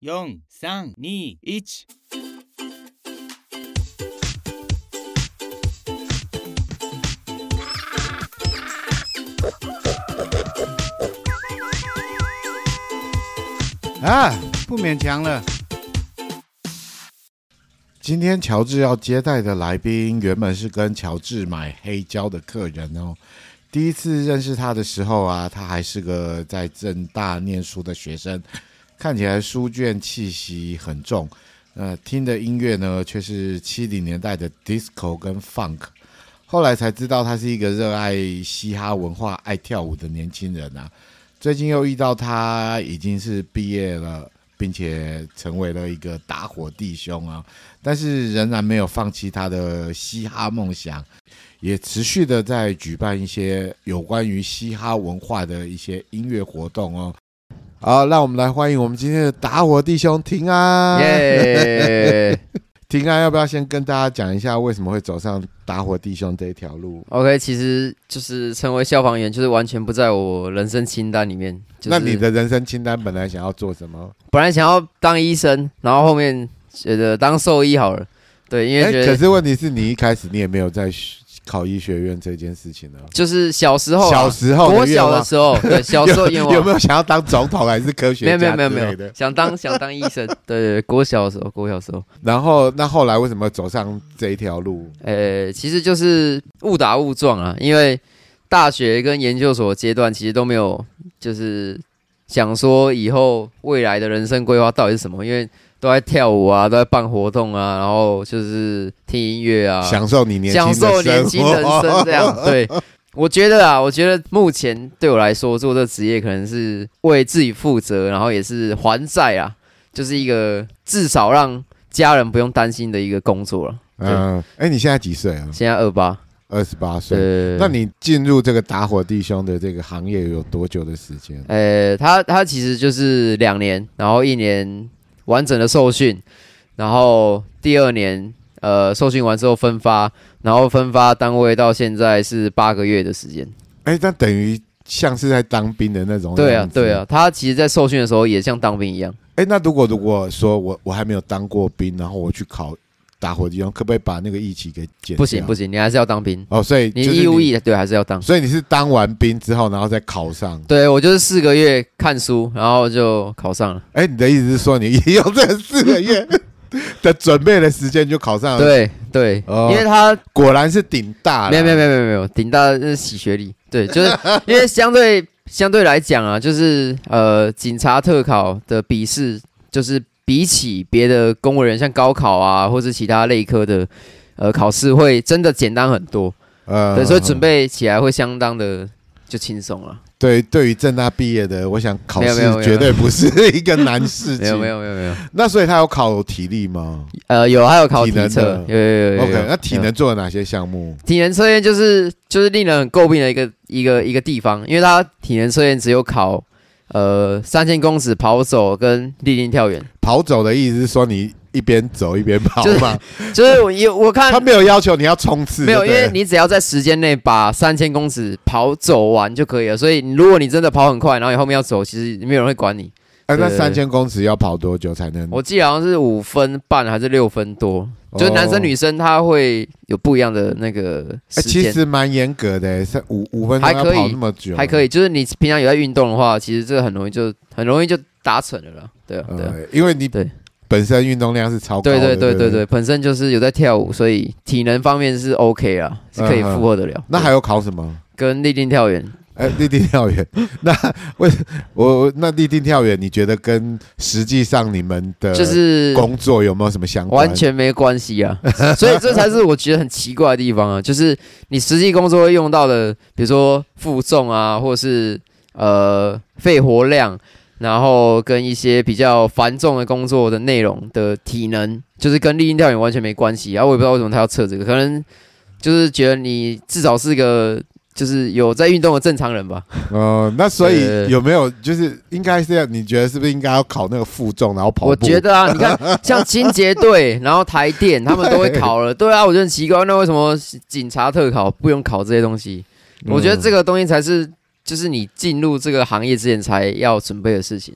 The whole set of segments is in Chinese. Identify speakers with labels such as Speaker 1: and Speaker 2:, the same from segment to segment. Speaker 1: 四三二一。
Speaker 2: 啊，不勉强了。今天乔治要接待的来宾，原本是跟乔治买黑胶的客人哦。第一次认识他的时候啊，他还是个在正大念书的学生，看起来书卷气息很重。呃，听的音乐呢，却是七零年代的 disco 跟 funk。后来才知道，他是一个热爱嘻哈文化、爱跳舞的年轻人啊。最近又遇到他，已经是毕业了，并且成为了一个打火弟兄啊，但是仍然没有放弃他的嘻哈梦想。也持续的在举办一些有关于嘻哈文化的一些音乐活动哦。好，让我们来欢迎我们今天的打火弟兄庭安。
Speaker 3: 耶、
Speaker 2: 庭啊安，要不要先跟大家讲一下为什么会走上打火弟兄这一条路？
Speaker 3: o k 其实就是成为消防员，就是完全不在我人生清单里面。就是、
Speaker 2: 那你的人生清单本来想要做什么？
Speaker 3: 本来想要当医生，然后后面觉得当兽医好了，对，因为
Speaker 2: 哎
Speaker 3: 觉
Speaker 2: 可
Speaker 3: 得
Speaker 2: 是问题是你一开始你也没有在学考医学院这件事情呢、
Speaker 3: 就是小时候啊、
Speaker 2: 小时候的
Speaker 3: 我
Speaker 2: 愿
Speaker 3: 小
Speaker 2: 望
Speaker 3: 的时候，对，小时候 愿
Speaker 2: 有
Speaker 3: 望
Speaker 2: 有没有想要当总统还是科学
Speaker 3: 没
Speaker 2: 家
Speaker 3: 有没有没有
Speaker 2: 之
Speaker 3: 没
Speaker 2: 类的
Speaker 3: 有，想当想当医生，对对对，国小的时候，国小的时候，
Speaker 2: 然后那后来为什么走上这一条路？
Speaker 3: 呃，其实就是误打误撞啊，因为大学跟研究所阶段其实都没有，就是想说以后未来的人生规划到底是什么，因为都在跳舞啊，都在办活动啊，然后就是听音乐啊，
Speaker 2: 享受你年轻
Speaker 3: 享
Speaker 2: 的
Speaker 3: 受年轻人 生这样。对，我觉得啊，我觉得目前对我来说做这个职业可能是为自己负责，然后也是还债啊，就是一个至少让家人不用担心的一个工作了。
Speaker 2: 嗯，哎，你现在几岁啊？
Speaker 3: 现在二八。
Speaker 2: 二十八岁。
Speaker 3: 对，
Speaker 2: 那你进入这个打火弟兄的这个行业有多久的时间？
Speaker 3: 呃，他他其实就是两年，然后一年完整的受训，然后第二年呃受训完之后分发，然后分发单位到现在是八个月的时间。
Speaker 2: 哎，那等于像是在当兵的那种。
Speaker 3: 对啊，对啊，。他其实，在受训的时候也像当兵一样。
Speaker 2: 哎，那如果如果说我我还没有当过兵，然后我去考打火弟兄，可不可以把那个义旗给剪？
Speaker 3: 不行不
Speaker 2: 行。
Speaker 3: 行，你还是要当兵，
Speaker 2: 哦，所以
Speaker 3: 你
Speaker 2: 就是
Speaker 3: 义务役对还是要当。
Speaker 2: 所以你是当完兵之后，然后再考上。
Speaker 3: 对我就是四个月看书，然后就考上了。
Speaker 2: 哎，你的意思是说你也有这四个月的准备的时间就考上了？，
Speaker 3: 对对，
Speaker 2: 呃哦
Speaker 3: 因为他
Speaker 2: 果然是顶大啦。
Speaker 3: 没有没有没有没有没有，顶大是洗学历，对，就是因为相对相对来讲啊，就是呃，警察特考的笔试，就是比起别的公务人，像高考啊，或是其他类科的呃考试，会真的简单很多，
Speaker 2: 呃
Speaker 3: 对，所以准备起来会相当的就轻松了。
Speaker 2: 对，对于正大毕业的，我想考
Speaker 3: 没有没有没
Speaker 2: 试绝
Speaker 3: 有
Speaker 2: 对不是一个难事情。
Speaker 3: 没有没有没有没有，
Speaker 2: 那所以他有考体力吗
Speaker 3: 呃，有还有考
Speaker 2: 体
Speaker 3: 体
Speaker 2: 能
Speaker 3: 测
Speaker 2: 的，
Speaker 3: 有有有有有
Speaker 2: ？OK，那体
Speaker 3: 有
Speaker 2: 能做了哪些项目？
Speaker 3: 体能测验就是就是令人很诟病的一个一个一个地方，因为它体能测验只有考呃三千公尺跑走跟立 定跳远，
Speaker 2: 跑走的意思是说你一边走一边跑
Speaker 3: 就是
Speaker 2: 嘛？
Speaker 3: 就是我有我看
Speaker 2: 他没有要求你要冲刺，
Speaker 3: 没有，
Speaker 2: 对
Speaker 3: 因
Speaker 2: 不对
Speaker 3: 为你只要在时间内把三千公尺跑走完就可以了，所以你如果你真的跑很快，然后你后面要走，其实没有人会管你。
Speaker 2: 哎那
Speaker 3: 对
Speaker 2: 三千公尺要跑多久才能？
Speaker 3: 我记得好像是五分半还是六分多，就是男生
Speaker 2: 哦
Speaker 3: 女生他会有不一样的那个
Speaker 2: 哎
Speaker 3: 时
Speaker 2: 其
Speaker 3: 间。
Speaker 2: 实蛮严格的，是五五分钟
Speaker 3: 还
Speaker 2: 要
Speaker 3: 可以
Speaker 2: 跑那么久，
Speaker 3: 还可以，就是你平常有在运动的话，其实这个很容易就很容易就达成了啦。对啊，对啊。
Speaker 2: 呃，因为你
Speaker 3: 对
Speaker 2: 本身运动量是超高
Speaker 3: 对
Speaker 2: 的，
Speaker 3: 对
Speaker 2: 对
Speaker 3: 对对对，。本身就是有在跳舞，所以体能方面是 OK 啊，是可以
Speaker 2: 嗯嗯
Speaker 3: 负荷得了。
Speaker 2: 那
Speaker 3: 对
Speaker 2: 还有考什么？
Speaker 3: 跟立定跳远，
Speaker 2: 哎，立定跳远， 那为我我那立定跳远，你觉得跟实际上你们的
Speaker 3: 就是
Speaker 2: 工作有没有什么相关？
Speaker 3: 完全没关系啊， 所以这才是我觉得很奇怪的地方啊，就是你实际工作会用到的，比如说负重啊，或是呃肺活量，然后跟一些比较繁重的工作的内容的体能，就是跟立定跳远完全没关系。然、啊、后我也不知道为什么他要测这个，可能就是觉得你至少是个就是有在运动的正常人吧。
Speaker 2: 哦，那所
Speaker 3: 对
Speaker 2: 以有没有就是应该是要？你觉得是不是应该要考那个负重，然后跑步？
Speaker 3: 我觉得啊，你看像清洁队，然后台电，他们都会考了。对啊，我觉得很奇怪，那为什么警察特考不用考这些东西？
Speaker 2: 嗯
Speaker 3: 我觉得这个东西才是。就是你进入这个行业之前才要准备的事情，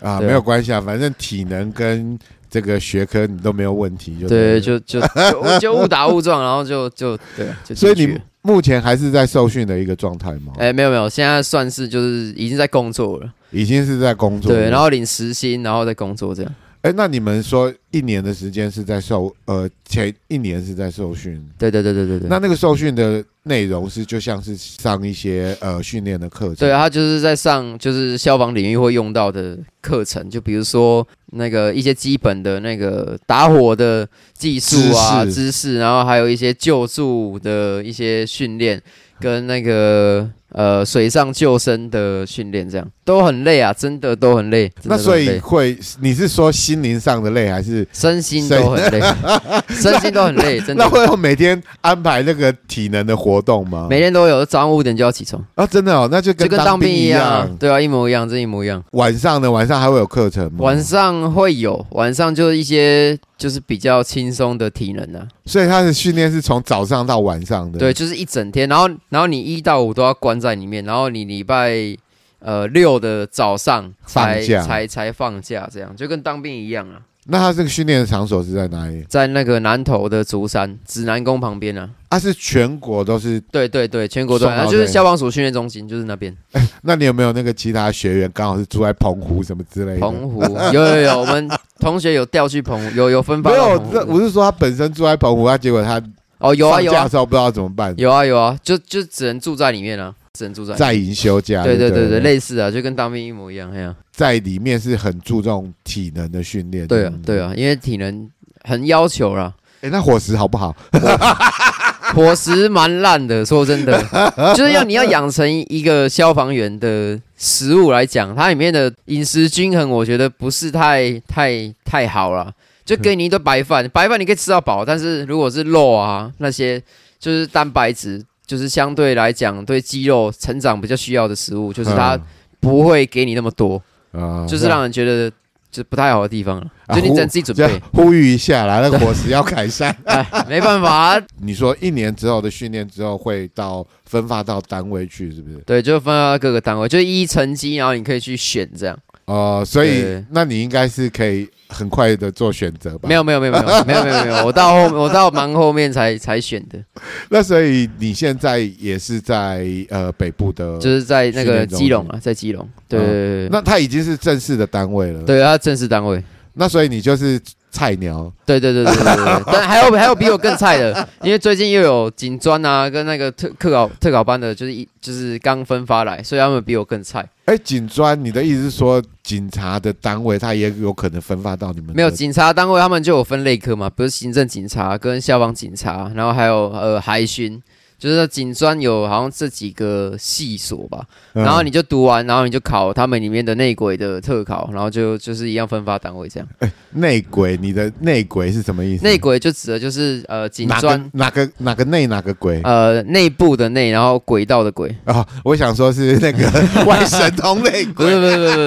Speaker 2: 啊，
Speaker 3: 对啊
Speaker 2: 没有关系啊，反正体能跟这个学科你都没有问题，就
Speaker 3: 对，
Speaker 2: 了
Speaker 3: 就就就就误打误撞，然后就 就对，就进
Speaker 2: 啊所以
Speaker 3: 去
Speaker 2: 你
Speaker 3: 了
Speaker 2: 目前还是在受训的一个状态吗？
Speaker 3: 哎、没有没有，现在算是就是已经在工作了，
Speaker 2: 已经是在工作了，
Speaker 3: 对，然后领时薪，然后在工作这样，
Speaker 2: 哎，那你们说一年的时间是在受呃前一年是在受训，
Speaker 3: 对对对对对对。
Speaker 2: 那那个受训的内容是就像是上一些呃训练的课程，
Speaker 3: 对啊，他就是在上就是消防领域会用到的课程，就比如说那个一些基本的那个打火的技术啊、
Speaker 2: 知识
Speaker 3: 知识，然后还有一些救助的一些训练，跟那个呃水上救生的训练，这样都很累啊，真的都很累。真
Speaker 2: 那
Speaker 3: 的都
Speaker 2: 所
Speaker 3: 很
Speaker 2: 以
Speaker 3: 累
Speaker 2: 会你是说心灵上的累还是？
Speaker 3: 身心都很累， 身心都很累，真
Speaker 2: 那
Speaker 3: 的。
Speaker 2: 会有每天安排那个体能的活动吗？
Speaker 3: 每天都有，早上五点就要起床，
Speaker 2: 啊，真的哦，那就
Speaker 3: 就
Speaker 2: 跟
Speaker 3: 跟当
Speaker 2: 兵
Speaker 3: 兵一样啊
Speaker 2: 样，。
Speaker 3: 对啊，一模一样，真一模一样。
Speaker 2: 晚上呢？晚上还会有课程吗？
Speaker 3: 晚，上会有，晚上就是一些就是比较轻松的体能啊，
Speaker 2: 所以他的训练是从早上到晚上的。
Speaker 3: 对，，就是一整天，然后然后你一到五都要关在里面，然后你礼拜呃六的早上才
Speaker 2: 放假
Speaker 3: 才才放假，这样就跟当兵一样啊，
Speaker 2: 那他这个训练的场所是在哪里？
Speaker 3: 在那个南投的竹山指南宫旁边啊，
Speaker 2: 啊，是全国都是。
Speaker 3: 对对对，全国都有，
Speaker 2: 送到
Speaker 3: 啊就是
Speaker 2: 这里
Speaker 3: 消防署训练中心，就是那边
Speaker 2: 那你有没有那个其他学员刚好是住在澎湖什么之类的？
Speaker 3: 澎湖，有有有，我们同学有调去澎湖，有有分发
Speaker 2: 没
Speaker 3: 到
Speaker 2: 有，
Speaker 3: 澎湖
Speaker 2: 这我是说他本身住在澎湖，他啊结果他
Speaker 3: 哦有啊
Speaker 2: 放
Speaker 3: 有
Speaker 2: 假的
Speaker 3: 啊
Speaker 2: 时候不知道怎么办，
Speaker 3: 有啊有啊，就就只能住在里面啊，只能住在里面。
Speaker 2: 在营休假。
Speaker 3: 对
Speaker 2: 对
Speaker 3: 对对对，
Speaker 2: 了
Speaker 3: 类似啊，就跟当兵一模一样，哎呀、
Speaker 2: 在里面是很注重体能的训练。
Speaker 3: 对啊
Speaker 2: 嗯，
Speaker 3: 对。啊，因为体能很要求啦，
Speaker 2: 哎，那伙食好不好？
Speaker 3: 伙食蛮烂的，说真的，就是要你要养成一个消防员的食物来讲，它里面的饮食均衡，我觉得不是太太太好啦。就给你一顿白饭， 白饭你可以吃到饱，但是如果是肉啊那些，就是蛋白质，就是相对来讲对肌肉成长比较需要的食物，就是它
Speaker 2: 嗯
Speaker 3: 不会给你那么多。
Speaker 2: 啊
Speaker 3: 就是让人觉得就不太好的地方了，
Speaker 2: 啊
Speaker 3: 就你只能
Speaker 2: 呼
Speaker 3: 自己准
Speaker 2: 就
Speaker 3: 备，
Speaker 2: 呼吁一下啦，那个伙食要改善。
Speaker 3: 哎，没办法啊，
Speaker 2: 你说一年之后的训练之后会到分发到单位去，是不是？
Speaker 3: 对，就分到各个单位，就依成绩，然后你可以去选这样。
Speaker 2: 哦，所以
Speaker 3: 对
Speaker 2: 那你应该是可以很快的做选择吧？
Speaker 3: 没，有没有没有没有没有没有没有，我到后面我到蛮后面才才选的，
Speaker 2: 那所以你现在也是在呃北部的，
Speaker 3: 就是在那
Speaker 2: 训
Speaker 3: 个
Speaker 2: 练中
Speaker 3: 基隆啊，在基隆，
Speaker 2: 嗯
Speaker 3: 对对对对对，
Speaker 2: 那他已经是正式的单位了。，
Speaker 3: 对他正式单位。
Speaker 2: 那所以你就是菜鸟
Speaker 3: 对对对对对对对，但还有还有比我更菜的，因为最近又有警专啊，跟那个特特考特考班的，就是一就是刚分发来，所以他们比我更菜。
Speaker 2: 哎，警专，你的意思是说警察的单位他也有可能分发到你们的？
Speaker 3: 没有警察单位，他们就有分类科嘛，不是行政警察跟消防警察，然后还有呃海巡，就是警专有好像这几个系所吧。
Speaker 2: 嗯，
Speaker 3: 然后你就读完，然后你就考他们里面的内鬼的特考，然后就就是一样分发单位这样。
Speaker 2: 内鬼，你的内鬼是什么意思？
Speaker 3: 内鬼就指的就是呃警
Speaker 2: 哪个
Speaker 3: 专
Speaker 2: 哪个哪个内哪个鬼？
Speaker 3: 呃内部的内，然后轨道的轨，
Speaker 2: 哦，我想说是那 个外神通内
Speaker 3: 不是
Speaker 2: 鬼，
Speaker 3: 不是不是不是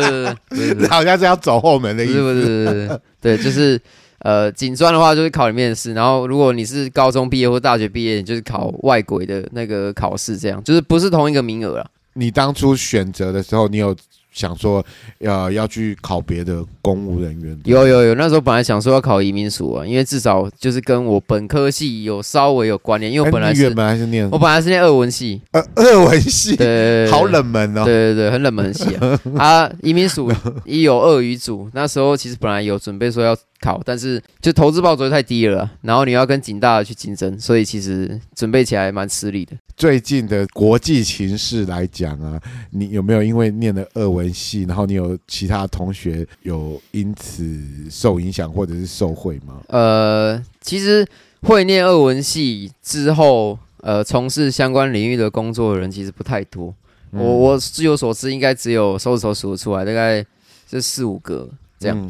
Speaker 3: 不是不是
Speaker 2: 好像是要走后门的意
Speaker 3: 不
Speaker 2: 思。
Speaker 3: 是不是不是， 对，就是呃，警专的话就是考里面的事，然后如果你是高中毕业或大学毕业，你就是考外国的那个考试，这样就是不是同一个名额啦。啊
Speaker 2: 你当初选择的时候，你有想说呃要去考别的公务人员？
Speaker 3: 有有有，那时候本来想说要考移民署啊，因为至少就是跟我本科系有稍微有关联，因为
Speaker 2: 哎，
Speaker 3: 我本来
Speaker 2: 你
Speaker 3: 是、
Speaker 2: 原本还是念
Speaker 3: 我本来是念俄文系，
Speaker 2: 呃俄文系，
Speaker 3: 对，
Speaker 2: 好。冷门哦。
Speaker 3: 对对对，很冷门的系 啊！啊，移民署也有俄语组，那时候其实本来有准备说要考，但是就投资报酬太低了啊，然后你要跟警大去竞争，所以其实准备起来蛮吃力的。
Speaker 2: 最近的国际情势来讲啊，你有没有因为念了俄文系，然后你有其他同学有因此受影响或者是受贿吗？
Speaker 3: 呃，其实会念俄文系之后，呃，从事相关领域的工
Speaker 2: 嗯
Speaker 3: 作的人其实不太多。我我据我所知，应该只有手指头数得出来，大概这四五个这样
Speaker 2: 嗯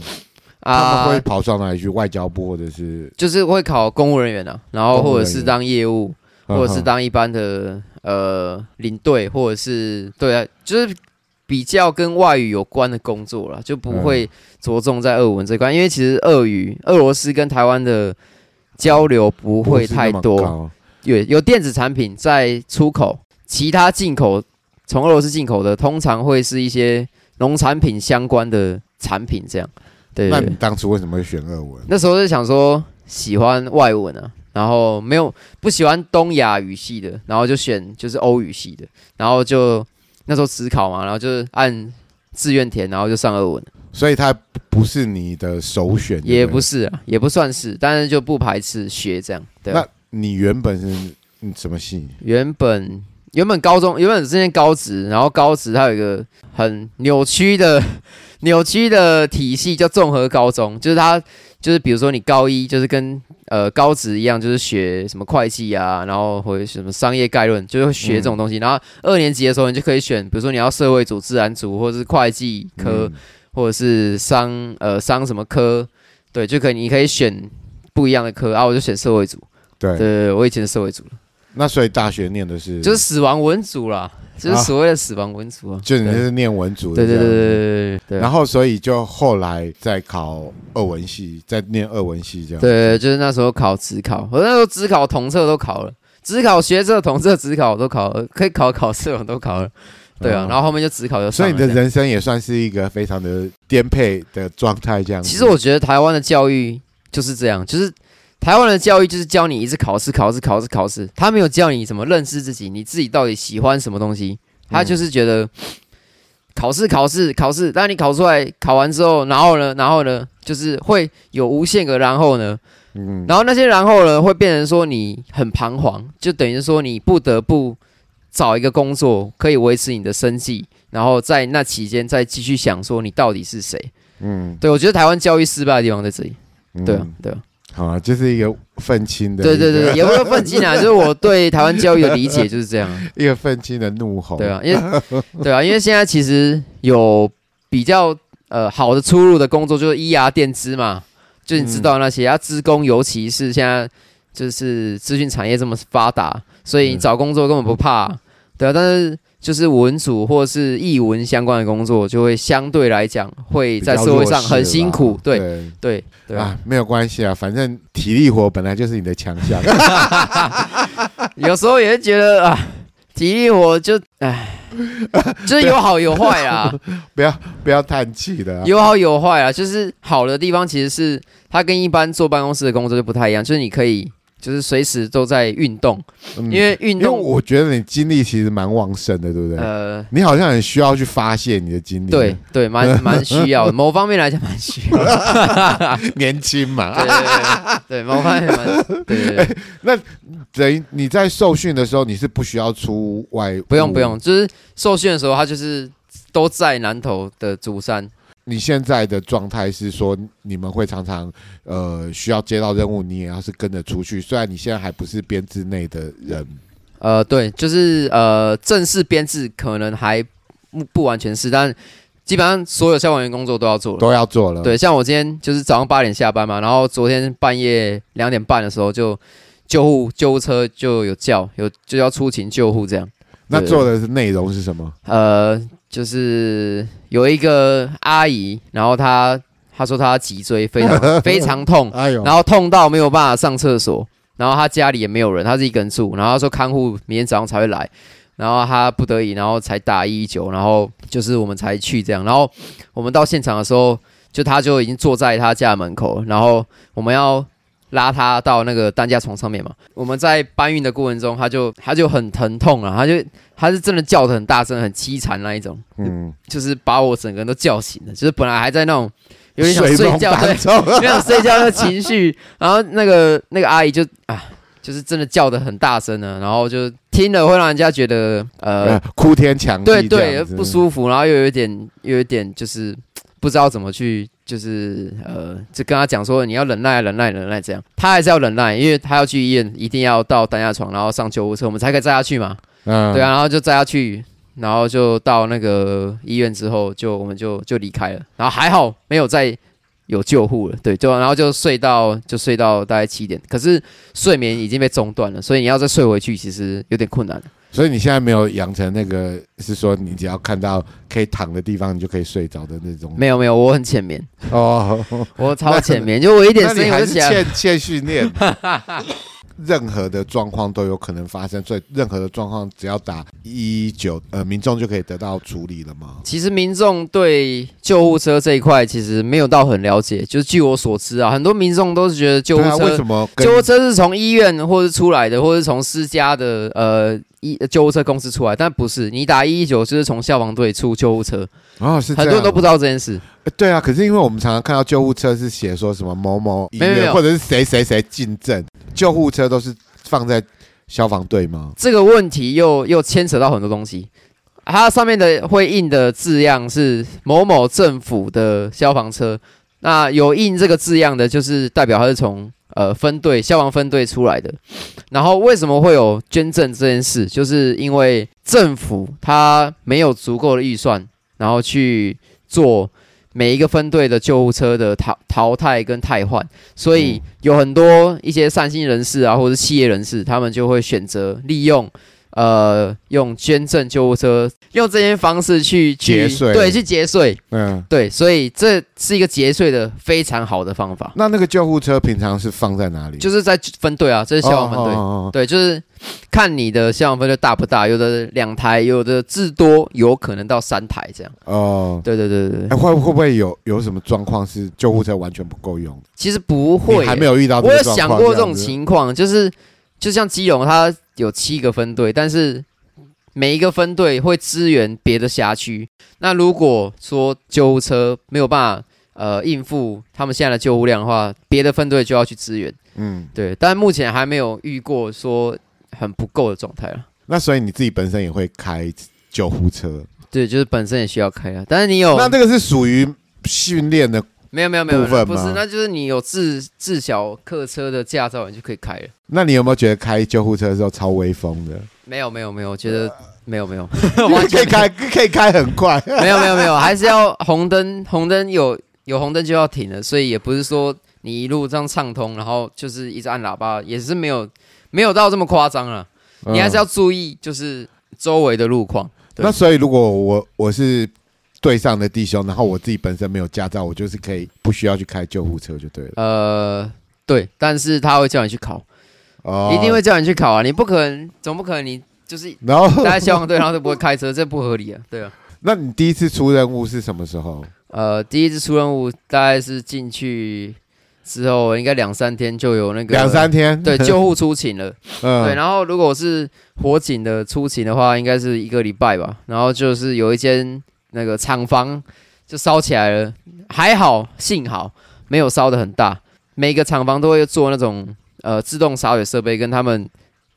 Speaker 2: 他
Speaker 3: 啊
Speaker 2: 们会，跑上哪里去？外交部或者是，
Speaker 3: 就是会考公务人员啊，然
Speaker 2: 公
Speaker 3: 后
Speaker 2: 务
Speaker 3: 或
Speaker 2: 人员
Speaker 3: 者是当业务，或者是
Speaker 2: 嗯哼
Speaker 3: 当一般的呃领队，或者是对啊，就是比较跟外语有关的工作啦，就不
Speaker 2: 嗯
Speaker 3: 会着重在俄文这块，因为其实俄语俄罗斯跟台湾的交流不会太
Speaker 2: 不是那
Speaker 3: 多，
Speaker 2: 么
Speaker 3: 有有电子产品在出口，其他进口从俄罗斯进口的通常会是一些农产品相关的产品这样，对
Speaker 2: 高。那
Speaker 3: 对对
Speaker 2: 你当初为什么会选俄文？
Speaker 3: 那时候就想说喜欢外文啊，然后没有不喜欢东亚语系的，然后就选就是欧语系的，然后就那时候只考嘛，然后就是按志愿填，然后就上俄文，
Speaker 2: 所以它不是你的首选，
Speaker 3: 也
Speaker 2: 对
Speaker 3: 不
Speaker 2: 对。
Speaker 3: 是啊，也不算是，但是就不排斥学这样。对啊、
Speaker 2: 那你原本是嗯什么系？
Speaker 3: 原本原本高中原本之前高职，然后高职它有一个很扭曲的 扭曲的体系叫综合高中，就是它就是比如说你高一就是跟呃高职一样，就是学什么会计啊，然后或者什么商业概论，就是会学这种东西。然后二年级的时候你就可以选，比如说你要社会组、自然组，或者是会计科，或者是商呃商什么科，对，就可以你可以选不一样的科啊，我就选社会组。
Speaker 2: 对
Speaker 3: 对，我以前是社会组。
Speaker 2: 那所以大学念的是，
Speaker 3: 就是死亡文组啦，就是
Speaker 2: 啊
Speaker 3: 所谓的死亡文组啊。
Speaker 2: 就你是念文组的
Speaker 3: 对
Speaker 2: 这
Speaker 3: 对
Speaker 2: 样
Speaker 3: 对
Speaker 2: 子，
Speaker 3: 对对对，
Speaker 2: 然
Speaker 3: 后
Speaker 2: 后所以就后来再考俄文系，再念俄文系这样。
Speaker 3: 对，就是那时候考职考，我那时候职考统测都考了，职考学测、统测、职考我都考了，可以考考试我都考了。对啊
Speaker 2: 嗯，
Speaker 3: 然后后面就职考就
Speaker 2: 所
Speaker 3: 上
Speaker 2: 以
Speaker 3: 了
Speaker 2: 你
Speaker 3: 这
Speaker 2: 的
Speaker 3: 样。
Speaker 2: 人生也算是一个非常的颠沛的状态，这样子。
Speaker 3: 其实我觉得台湾的教育就是这样，就是台湾的教育就是教你一直考试、考试、考试、考试，他没有教你怎么认识自己，你自己到底喜欢什么东西，他就是觉得。考试，考试，考试，但你考出来，考完之后，然后呢，然后呢，就是会有无限个然后呢，
Speaker 2: 嗯，
Speaker 3: 然后那些然后呢，会变成说你很彷徨，就等于说你不得不找一个工作可以维持你的生计，然后在那期间再继续想说你到底是谁。
Speaker 2: 嗯
Speaker 3: 对，我觉得台湾教育失败的地方在这里。
Speaker 2: 嗯啊
Speaker 3: 对啊，对啊，
Speaker 2: 好啊，就是一个愤青的，
Speaker 3: 对对对，，也不是说愤青啊，就是我对台湾教育的理解就是这样 啊。
Speaker 2: 一个愤青的怒吼。
Speaker 3: 对啊，因为对啊，因为现在其实有比较呃好的出路的工作，就是医牙电资嘛，就你知道那些啊，资工尤其是现在就是资讯产业这么发达，所以你
Speaker 2: 嗯
Speaker 3: 找工作根本不怕。对啊，但是就是文组或是译文相关的工作，就会相对来讲会
Speaker 2: 比
Speaker 3: 在
Speaker 2: 较
Speaker 3: 社会
Speaker 2: 弱
Speaker 3: 上
Speaker 2: 势
Speaker 3: 很
Speaker 2: 啦
Speaker 3: 辛苦。对
Speaker 2: 对
Speaker 3: 对对啊
Speaker 2: 啊，，没有关系啊，反正体力活本来就是你的强 项。
Speaker 3: 有时候也会觉得啊，体力活就 唉，就是有好有坏啊，
Speaker 2: 不要不要叹气的、啊。
Speaker 3: 有好有坏啊。就是好的地方其实是它跟一般坐办公室的工作就不太一样，就是你可以就是随时都在运动，
Speaker 2: 嗯
Speaker 3: 因为运
Speaker 2: 因为
Speaker 3: 动
Speaker 2: 我觉得你精力其实蛮旺盛的，对不对？
Speaker 3: 呃。
Speaker 2: 你好像很需要去发泄你的精力。
Speaker 3: 对，对，蛮蛮需要的，某方面来讲蛮需要的。
Speaker 2: 年轻嘛，啊
Speaker 3: 对对对对，某方面蛮对对对，
Speaker 2: 等于你在受训的时候，你是不需要出外，
Speaker 3: 不用不用，。就是受训的时候，他就是都在南投的竹山，
Speaker 2: 你现在的状态是说，你们会常常呃需要接到任务，你也要是跟着出去。虽然你现在还不是编制内的人，
Speaker 3: 呃，对，就是呃，正式编制可能还不不完全是，但基本上所有消防员工作都要做了。
Speaker 2: 都要做了。，
Speaker 3: 对，像我今天就是早上八点下班嘛，然后昨天半夜两点半的时候就救护救护车就有叫，有就要出勤救护这样。
Speaker 2: 那
Speaker 3: 对
Speaker 2: 做的是内容是什么？
Speaker 3: 呃，就是有一个阿姨，然后她她说她脊椎非 常非常痛，
Speaker 2: 哎呦，
Speaker 3: 嗯然后痛到没有办法上厕所，然后他家里也没有人，他是一个人住，然后他说看护明天早上才会来，然后他不得已，然后才打一一九，然后就是我们才去这样，然后我们到现场的时候，就他就已经坐在他家门口，然后我们要。拉他到那个担架床上面嘛，我们在搬运的过程中，他就他就很疼痛了，他就他是真的叫的很大声，很凄惨那一种，
Speaker 2: 嗯，
Speaker 3: 就是把我整个人都叫醒了，就是本来还在那种有点想
Speaker 2: 水
Speaker 3: 睡
Speaker 2: 中
Speaker 3: 觉，对
Speaker 2: 当，中
Speaker 3: 没有睡觉的情绪，然后那个那个阿姨就啊，就是真的叫的很大声呢，然后就听了会让人家觉得呃
Speaker 2: 呃，，哭天抢地，
Speaker 3: 对对不
Speaker 2: 服。
Speaker 3: 舒服，然后又有一点又有一点就是嘖不知道怎么去，就是呃，就跟他讲说你要忍耐啊忍耐忍耐这样，他还是要忍耐，因为他要去啊医院，一定要到担架床，然后上救护车，我们才可以载他去嘛，
Speaker 2: 嗯
Speaker 3: 对啊，，然后就载他去。然后就到那个医院之后就，我们就就离开了，然后还好没有再有救护了，对，就然后就睡到就睡到大概七点，可是睡眠已经被中断了，所以你要再睡回去其实有点困难。
Speaker 2: 所以你现在没有养成那个，是说你只要看到可以躺的地方，你就可以睡着的那种。
Speaker 3: 没有没有，我很浅眠，
Speaker 2: 哦，
Speaker 3: 我超浅 眠，就我一点
Speaker 2: 那
Speaker 3: 声
Speaker 2: 你
Speaker 3: 音我
Speaker 2: 还
Speaker 3: 就是起来了。
Speaker 2: 欠欠训练。 任何的状况都有可能发生，所以任何的状况只要打一一九，呃，民众就可以得到处理了吗？
Speaker 3: 其实民众对救护车这一块其实没有到很了解，就是据我所知啊，很多民众都是觉得救护
Speaker 2: 对啊
Speaker 3: 车、
Speaker 2: 为什么跟
Speaker 3: 救护车是从医院或是出来的，或是从私家的呃医救护车公司出来，但不是你打一一九就是从消防队出救护车，
Speaker 2: 哦是这
Speaker 3: 很
Speaker 2: 样
Speaker 3: 多人都不知道这件事。
Speaker 2: 呃对啊，可是因为我们常常看到救护车是写说什么某某医
Speaker 3: 没有没
Speaker 2: 院
Speaker 3: 有
Speaker 2: 或者是谁谁谁进证，救护车都是放在消防队吗？
Speaker 3: 这个问题又又牵扯到很多东西，它上面的会印的字样是某某政府的消防车，那有印这个字样的，就是代表它是从呃分队消防分队出来的。然后为什么会有捐赠这件事，就是因为政府它没有足够的预算，然后去做。每一个分队的救护车的淘淘汰跟汰换，所
Speaker 2: 嗯
Speaker 3: 以有很多一些善心人士啊，或者是企业人士，他们就会选择利用呃用捐赠救护车，用这些方式去去
Speaker 2: 节税
Speaker 3: 对去节税，
Speaker 2: 嗯，
Speaker 3: 对，所以这是一个节税的非常好的方法，
Speaker 2: 那那个救护车平常是放在哪里？
Speaker 3: 就是在分队啊，这是消防分队。
Speaker 2: 嗯哦哦哦
Speaker 3: 对，就是看你的消防分队大不大，有的两台，有的至多有可能到三台这样。
Speaker 2: 哦哦
Speaker 3: 对对对对，对
Speaker 2: 哎，会会不会有有什么状况是救护车完全不够用？
Speaker 3: 其实不会
Speaker 2: 你
Speaker 3: 耶，
Speaker 2: 还没有遇到这
Speaker 3: 我
Speaker 2: 个
Speaker 3: 有
Speaker 2: 状况，
Speaker 3: 想过这种
Speaker 2: 样子。
Speaker 3: 情况，就是就像基隆，它有七个分队，但是每一个分队会支援别的辖区。那如果说救护车没有办法呃应付他们现在的救护量的话，别的分队就要去支援。
Speaker 2: 嗯，
Speaker 3: 对，但目前还没有遇过说很不够的状态了。
Speaker 2: 那所以你自己本身也会开救护车，
Speaker 3: 对，就是本身也需要开啊，但是你有
Speaker 2: 那这个是属于训练的。
Speaker 3: 没有没有没有
Speaker 2: 部分
Speaker 3: 不
Speaker 2: 吗
Speaker 3: 是，那就是你有自自小客车的驾照，你就可以开了。
Speaker 2: 那你有没有觉得开救护车的时候超威风 的？
Speaker 3: 没有没有没有，我觉
Speaker 2: 呃
Speaker 3: 得没有没有，
Speaker 2: 因为可以开，可以开很快。
Speaker 3: 没有没有没有，还是要红灯，红灯有有红灯就要停了，所以也不是说你一路这样畅通，然后就是一直按喇叭，也是没有没有到这么夸张了。 你
Speaker 2: 嗯
Speaker 3: 还是要注意就是周围的路况。对
Speaker 2: 那所以，如果我我是对上的弟兄，然后我自己本身没有驾照，我就是可以不需要去开救护车就对了。
Speaker 3: 呃，对，但是他会叫你去考，
Speaker 2: 哦
Speaker 3: 一定会。叫你去考啊，你不可能，总不可能你就是
Speaker 2: 然后
Speaker 3: 待在消防队，然后都不会开车，这不合 理啊，对啊。
Speaker 2: 那你第一次出任务是什么时候？
Speaker 3: 呃，第一次出任务大概是进去之后，应该两三天就有那个
Speaker 2: 两三天。
Speaker 3: 对救护出勤了。对，
Speaker 2: 嗯，
Speaker 3: 然后如果是火警的出勤的话，应该是一个礼拜吧。然后就是有一间那个厂房就烧起来了，还好，幸好没有烧的很大。每个厂房都会做那种呃自动洒水设备跟他们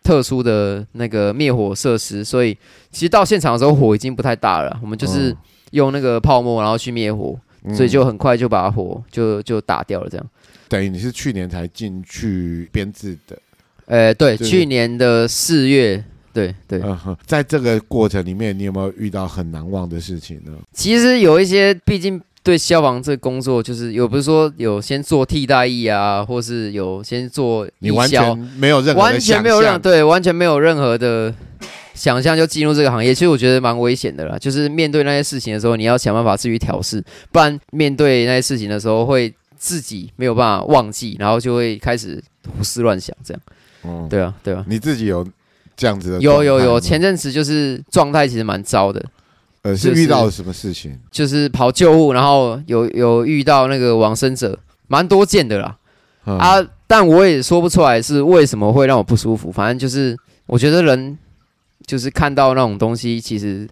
Speaker 3: 特殊的那个灭火设施，所以其实到现场的时候火已经不太大了，我们就是
Speaker 2: 嗯
Speaker 3: 用那个泡沫然后去灭火，
Speaker 2: 嗯
Speaker 3: 所以就很快就把火就就打掉了这样。
Speaker 2: 等于你是去年才进去编制的。
Speaker 3: 呃，对，
Speaker 2: 对
Speaker 3: 去年的四月，对对，
Speaker 2: 嗯哼，在这个过程里面，你有没有遇到很难忘的事情呢？
Speaker 3: 其实有一些，毕竟对消防这个工作，就是有不是说有先做替代役啊，或是有先做
Speaker 2: 你
Speaker 3: 义
Speaker 2: 完
Speaker 3: 消
Speaker 2: 全没有任何的
Speaker 3: 完全没有
Speaker 2: 想
Speaker 3: 任
Speaker 2: 象
Speaker 3: 对，完全没有任何的想象就进入这个行业，其实我觉得蛮危险的啦。就是面对那些事情的时候，你要想办法自己调试，不然面对那些事情的时候会。自己没有办法忘记，然后就会开始胡思乱想，这样
Speaker 2: 嗯，
Speaker 3: 对啊，对啊，
Speaker 2: 你自己有这样子的
Speaker 3: 有有有，
Speaker 2: 前
Speaker 3: 前阵子就是状态其实蛮糟的，
Speaker 2: 呃是
Speaker 3: 就是
Speaker 2: 遇到了什么事情？
Speaker 3: 就是跑救护，然后有有遇到那个往生者，蛮多见的啦、
Speaker 2: 嗯
Speaker 3: 啊，但我也说不出来是为什么会让我不舒服，反正就是我觉得人就是看到那种东西，其实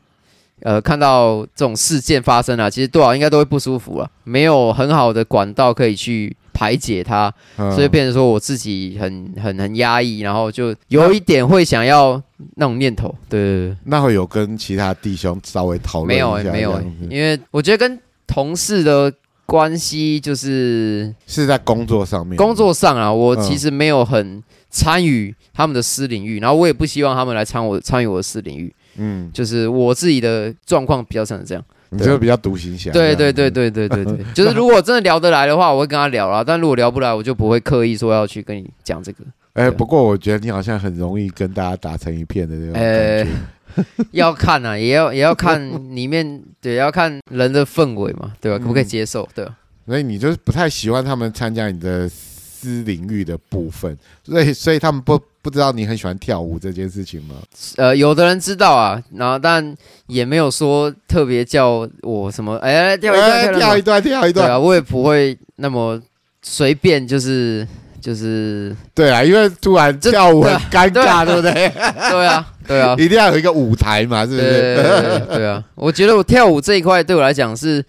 Speaker 3: 呃看到这种事件发生啊，其实多少应该都会不舒服啊，没有很好的管道可以去排解它，
Speaker 2: 嗯
Speaker 3: 所以变成说我自己很很很压抑，然后就有一点会想要那种念头，对对对。
Speaker 2: 那会有跟其他弟兄稍微讨论
Speaker 3: 没有、
Speaker 2: 一
Speaker 3: 欸、
Speaker 2: 下
Speaker 3: 没有、
Speaker 2: 这
Speaker 3: 欸
Speaker 2: 样子，
Speaker 3: 因为我觉得跟同事的关系就是
Speaker 2: 是在工作上面
Speaker 3: 工作上啊，我
Speaker 2: 嗯
Speaker 3: 其实没有很参与他们的私领域，然后我也不希望他们来参我参与我的私领域，
Speaker 2: 嗯，
Speaker 3: 就是我自己的状况比较像是这样。
Speaker 2: 你就比较独行侠。
Speaker 3: 对对对，对对 对对，就是如果真的聊得来的话，我会跟他聊啦。但如果聊不来，我就不会刻意说要去跟你讲这个。
Speaker 2: 哎，
Speaker 3: 对
Speaker 2: 不过我觉得你好像很容易跟大家打成一片的那种
Speaker 3: 呃
Speaker 2: 感觉。
Speaker 3: 要看啊，也要也要看里面，对，要看人的氛围嘛，对吧？可不可以
Speaker 2: 嗯
Speaker 3: 接受？对吧？
Speaker 2: 所以你就是不太喜欢他们参加你的私领域的部分，所以所以他们不不知道你很喜欢跳舞这件事情吗？
Speaker 3: 呃，有的人知道啊，然后但也没有说特别叫我什么，哎、跳一
Speaker 2: 哎
Speaker 3: 跳
Speaker 2: 跳
Speaker 3: 跳一
Speaker 2: 一
Speaker 3: 跳，
Speaker 2: 段，跳一
Speaker 3: 对
Speaker 2: 段，
Speaker 3: 啊，我也不会那么随便，就是就是，
Speaker 2: 对啊，因为突然
Speaker 3: 这
Speaker 2: 跳舞很
Speaker 3: 对啊
Speaker 2: 尴尬，对
Speaker 3: 对
Speaker 2: 不对？
Speaker 3: 对啊，对啊，
Speaker 2: 一定要有一个舞台嘛，是不
Speaker 3: 对
Speaker 2: 是？
Speaker 3: 对对对对啊，我觉得我跳舞这一块对我来讲是。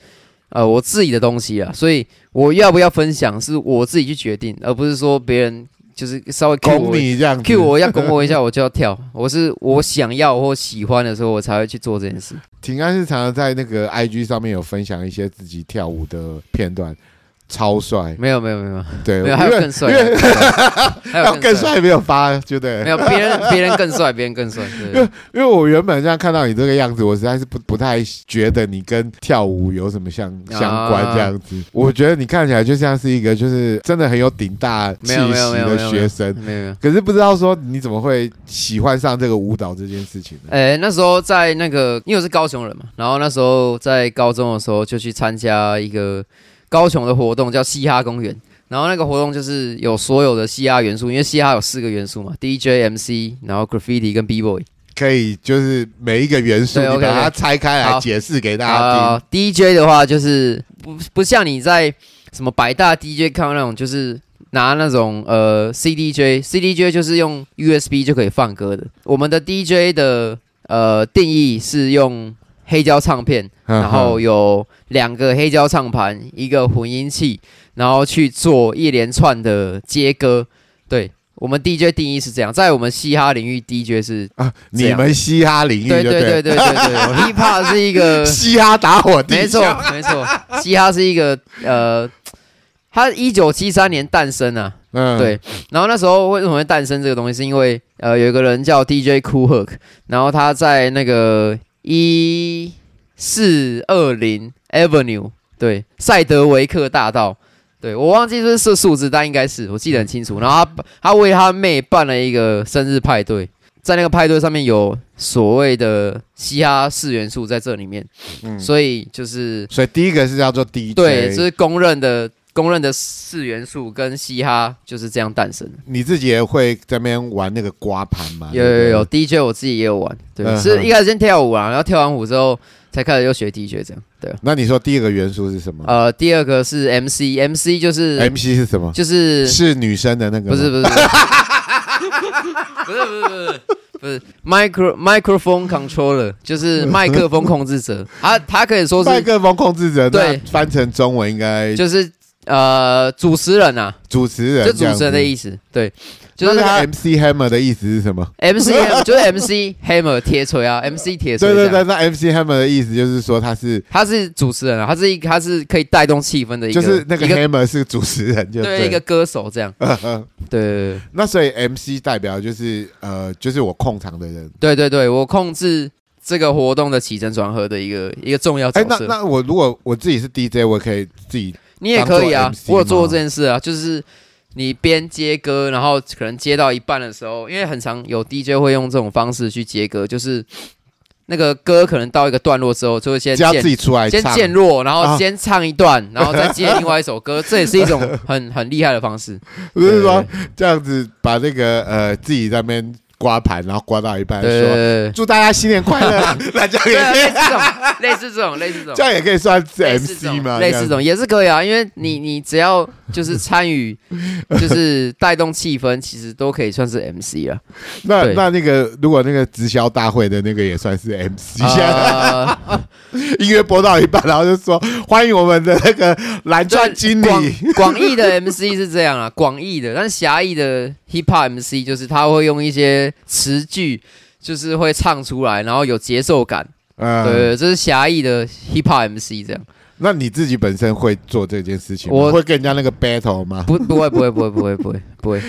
Speaker 3: 呃，我自己的东西啊，所以我要不要分享是我自己去决定，而不是说别人就是稍微 cue
Speaker 2: 拱
Speaker 3: 我一
Speaker 2: 你这样子
Speaker 3: Q 我要拱我一下，我就要跳。我是我想要或喜欢的时候，我才会去做这件事。
Speaker 2: 挺啊安是常常在那个 IG 上面有分享一些自己跳舞的片段，超帅。
Speaker 3: 没有没有没有
Speaker 2: 对，因
Speaker 3: 没有，还有
Speaker 2: 为
Speaker 3: 更帅
Speaker 2: 因为
Speaker 3: 的，还
Speaker 2: 要
Speaker 3: 有
Speaker 2: 更，帅没有发，就对
Speaker 3: 没。有别人别人更帅，别人更帅。对对对
Speaker 2: 因为我原本这样看到你这个样子，我实在是不不太觉得你跟跳舞有什么相
Speaker 3: 啊
Speaker 2: 相关这样子。我觉得你看起来就像是一个就是真的很有顶大气
Speaker 3: 没有
Speaker 2: 息
Speaker 3: 没有没有
Speaker 2: 的
Speaker 3: 没有
Speaker 2: 学生，
Speaker 3: 没有没有。
Speaker 2: 可是不知道说你怎么会喜欢上这个舞蹈这件事情呢？
Speaker 3: 哎，那时候在那个，因为我是高雄人嘛，然后那时候在高中的时候就去参加一个高雄的活动，叫嘻哈公园。然后那个活动就是有所有的嘻哈元素，因为嘻哈有四个元素嘛，DJ、MC，然后 graffiti 跟 B boy。
Speaker 2: 可以就是每一个元素，
Speaker 3: 对
Speaker 2: 你
Speaker 3: OK，OK
Speaker 2: 把它拆开来
Speaker 3: 好
Speaker 2: 解释给大家
Speaker 3: 啊、DJ 的话，就是不不像你在什么百大 DJ 看到那种，就是拿那种呃 CDJ，CDJ 就是用 USB 就可以放歌的。我们的 DJ 的呃定义是用黑胶唱片，
Speaker 2: 听。
Speaker 3: 然后有两个黑胶唱盘，一个混音器，然后去做一连串的接歌。对我们 DJ 定义是这样，在我们嘻哈领域，DJ 是
Speaker 2: 啊，
Speaker 3: 这
Speaker 2: 你
Speaker 3: 样
Speaker 2: 们嘻哈领域
Speaker 3: 对
Speaker 2: 就
Speaker 3: 对对对对对，hiphop 是一个
Speaker 2: 嘻哈打火机，
Speaker 3: 没错，没错，嘻哈是一个呃，它一九七三年诞生啊，
Speaker 2: 嗯，
Speaker 3: 对。然后那时候为什么会诞生这个东西，是因为呃，有一个人叫 DJ Cool Hook，然后他在那个一四二零 Avenue，对，赛德维克大道。对，我忘记是不是数字，但应该是我记得很清
Speaker 2: 嗯
Speaker 3: 楚。然后他他为他妹办了一个生日派对，在那个派对上面有所谓的嘻哈四元素在这里面，
Speaker 2: 嗯
Speaker 3: 所以就是
Speaker 2: 所以第一个是叫做 DJ，
Speaker 3: 对，这是公认的公认的四元素跟嘻哈就是这样诞生的。
Speaker 2: 你自己也会在那边玩那个刮盘嘛？
Speaker 3: 有
Speaker 2: 对不
Speaker 3: 有
Speaker 2: 对
Speaker 3: 有，，DJ 我自己也有玩，对，
Speaker 2: 嗯哼
Speaker 3: 是一开始先跳舞啊，然后跳完舞之后才开始又学 DJ 这样，对。
Speaker 2: 那你说第一个元素是什么
Speaker 3: 呃，第二个是 MC，MC 就是、
Speaker 2: ？MC 是什么？
Speaker 3: 就是
Speaker 2: 是女生的那个吗？
Speaker 3: 不是不是不是不是不是不是 micro microphone controller，就是麦克风控制者，他他可以说
Speaker 2: 麦
Speaker 3: 是
Speaker 2: 克风控制者，那
Speaker 3: 对
Speaker 2: 翻成中文应该
Speaker 3: 就是呃主持人啊，
Speaker 2: 主持人，
Speaker 3: 就主持人的意
Speaker 2: 思。
Speaker 3: 思，对，就
Speaker 2: 就是是
Speaker 3: 他
Speaker 2: MC Hammer 的意思是什么？
Speaker 3: MC Hammer- 就是 MC Hammer 铁锤啊，MC 铁
Speaker 2: 对
Speaker 3: 锤这
Speaker 2: 对
Speaker 3: 样。
Speaker 2: 对，那 MC Hammer 的意思就是说他是
Speaker 3: 他是主持人啊，他是一他是可以带动气氛的一
Speaker 2: 就
Speaker 3: 个，
Speaker 2: 是那个
Speaker 3: 一个
Speaker 2: Hammer 是主持人，就
Speaker 3: 对
Speaker 2: 对
Speaker 3: 一个歌手这样，对
Speaker 2: 那所以 MC 代表就是呃，就是我控场的人。
Speaker 3: 对对对，我控制这个活动的起承转合的一个一个重要角
Speaker 2: 哎，那
Speaker 3: 色。
Speaker 2: 那我如果我自己是 DJ，我可以自己
Speaker 3: 你也可以
Speaker 2: 当
Speaker 3: 啊
Speaker 2: 做 MC，
Speaker 3: 我有做
Speaker 2: 吗
Speaker 3: 过这件事啊，就是你边接歌，然后可能接到一半的时候，因为很常有 DJ 会用这种方式去接歌，就是那个歌可能到一个段落之后，就会先
Speaker 2: 就要
Speaker 3: 渐
Speaker 2: 自己出来
Speaker 3: 先
Speaker 2: 唱。
Speaker 3: 渐弱，然
Speaker 2: 啊
Speaker 3: 后先唱一段，然后再接另外一首歌，这也是一种很很厉害的方式。
Speaker 2: 不是说
Speaker 3: 对
Speaker 2: 这样子把那个呃自己在那边刮盘，然后刮到一半
Speaker 3: 对
Speaker 2: 说
Speaker 3: 对
Speaker 2: 祝大家新年快乐， 那这
Speaker 3: 对，对
Speaker 2: 样
Speaker 3: 啊
Speaker 2: 也可以，
Speaker 3: 类似 这种，类似这种，类似这
Speaker 2: 这
Speaker 3: 种。
Speaker 2: 样也可以算是
Speaker 3: 类似
Speaker 2: MC
Speaker 3: 这种
Speaker 2: 吗？
Speaker 3: 类似这种也是可以啊，因为你你只要就是 参与，就是带动气氛，其实都可以算是 MC 啊。
Speaker 2: 那
Speaker 3: 对啊
Speaker 2: 那那个如果那个直销大会的那个也算是 MC，、
Speaker 3: 呃
Speaker 2: 音乐播到一半，然后就说欢迎我们的那个蓝钻经
Speaker 3: 广
Speaker 2: 理，
Speaker 3: 广义的 MC 是这样啊，广义的，但狭义的 hip hop MC 就是他会用一些词句，就是会唱出来，然后有节奏感。
Speaker 2: 嗯，
Speaker 3: 对，这是狭义的 hip hop MC 这样。
Speaker 2: 那你自己本身会做这件事情吗？
Speaker 3: 我
Speaker 2: 会跟人家那个 battle 吗？
Speaker 3: 不，不会，不会，不会，不会，不会，不会，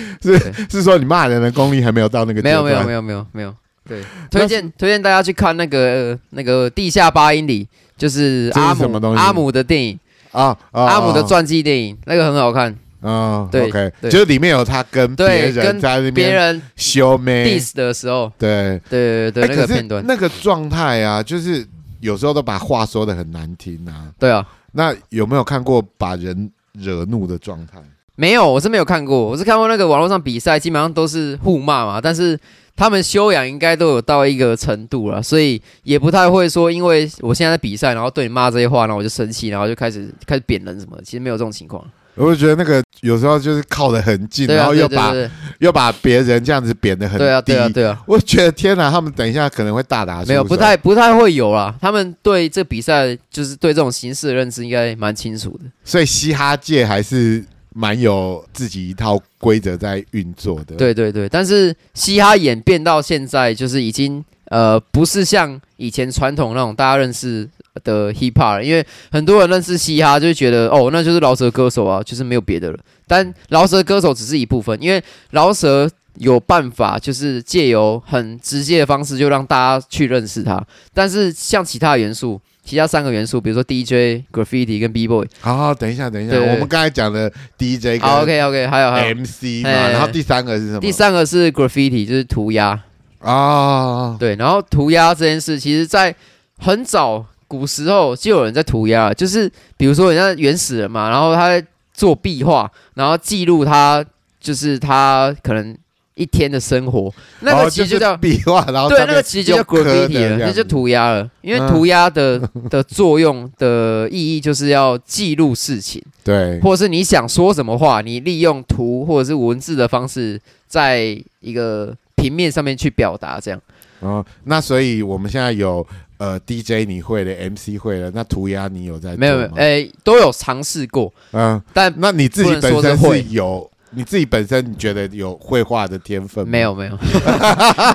Speaker 2: 是说你骂人的功力还没有到那个
Speaker 3: 没有，没有，没
Speaker 2: 有，
Speaker 3: 有，没有，没有，对，推荐推荐大家去看那个、呃那个《地下八英里》，就是
Speaker 2: 这是
Speaker 3: 阿
Speaker 2: 什么
Speaker 3: 姆
Speaker 2: 东西哦
Speaker 3: 阿姆的电影，
Speaker 2: 啊，啊
Speaker 3: 阿姆的传记电影，那个很好看。
Speaker 2: 啊，
Speaker 3: 对
Speaker 2: o k
Speaker 3: 对
Speaker 2: 就是里面有他跟别
Speaker 3: 对，
Speaker 2: 人
Speaker 3: 跟
Speaker 2: 在那
Speaker 3: 别
Speaker 2: 边
Speaker 3: 人
Speaker 2: 修妹，
Speaker 3: diss 的时候，
Speaker 2: 对，
Speaker 3: 对对对
Speaker 2: 哎
Speaker 3: 对，
Speaker 2: 可
Speaker 3: 那个
Speaker 2: 是
Speaker 3: 片段，
Speaker 2: 那个状态啊，就是有时候都把话说的很难听啊。
Speaker 3: 对啊，
Speaker 2: 那有没有看过把人惹怒的状态？
Speaker 3: 没有，我是没有看过，我是看过那个网络上比赛，基本上都是互骂嘛，但是他们修养应该都有到一个程度了，所以也不太会说，因为我现在在比赛，然后对你骂这些话，然后我就生气，然后就开始开始扁人什么的，其实没有这种情况。
Speaker 2: 我就觉得那个有时候就是靠得很近，
Speaker 3: 对
Speaker 2: 然
Speaker 3: 啊，
Speaker 2: 后
Speaker 3: 对
Speaker 2: 又
Speaker 3: 对
Speaker 2: 把
Speaker 3: 对
Speaker 2: 又把别人这样子贬得很低。
Speaker 3: 对啊，对啊，对啊，
Speaker 2: 我觉得天哪，他们等一下可能会大打出手
Speaker 3: 没有，不太不太会有啦。他们对这比赛就是对这种形式的认知应该蛮清楚的。
Speaker 2: 所以嘻哈界还是蛮有自己一套规则在运作的。，
Speaker 3: 对对对，但是嘻哈演变到现在，就是已经呃不是像以前传统那种大家认识的 hip hop，了因为很多人认识嘻哈就会觉得哦，那就是饶舌歌手啊，就是没有别的了。但饶舌歌手只是一部分，因为饶舌有办法，就是借由很直接的方式就让大家去认识他。但是像其他元素，其他三个元素，比如说 DJ、graffiti 跟 b boy，
Speaker 2: 好好，等一下，等一下，
Speaker 3: 对对对
Speaker 2: 我们刚才讲的 DJ
Speaker 3: 好
Speaker 2: 跟
Speaker 3: OK OK，还有还有
Speaker 2: MC 嘛，
Speaker 3: 哎
Speaker 2: 然后第三个是什么？
Speaker 3: 第三个是 graffiti，就是涂鸦。
Speaker 2: 啊，
Speaker 3: 对，然后涂鸦这件事，其实在很早古时候就有人在涂鸦了，就是比如说人家原始人嘛，然后他在做壁画，然后记录他就是他可能一天的生活，那
Speaker 2: 哦
Speaker 3: 个其实
Speaker 2: 就
Speaker 3: 就是叫。
Speaker 2: 笔画，然后
Speaker 3: 对，
Speaker 2: 上
Speaker 3: 那
Speaker 2: 面
Speaker 3: 个其实就叫
Speaker 2: 用刻的
Speaker 3: graffiti 了，
Speaker 2: 这
Speaker 3: 那
Speaker 2: 样子
Speaker 3: 就涂鸦了。因为
Speaker 2: 嗯
Speaker 3: 涂鸦的 的作用的意义就是要记录事情，
Speaker 2: 对，
Speaker 3: 或者是你想说什么话，你利用图或者是文字的方式，在一个平面上面去表达，这样。
Speaker 2: 哦，那所以我们现在有呃 DJ 你会的，MC 会了，那涂鸦你有在做
Speaker 3: 没有没有
Speaker 2: 吗，
Speaker 3: 诶、都有尝试过，
Speaker 2: 嗯，
Speaker 3: 但
Speaker 2: 那你自己
Speaker 3: 不能
Speaker 2: 本
Speaker 3: 说是
Speaker 2: 身是
Speaker 3: 会
Speaker 2: 有，你自己本身你觉得有绘画的天分吗
Speaker 3: 没，有没 有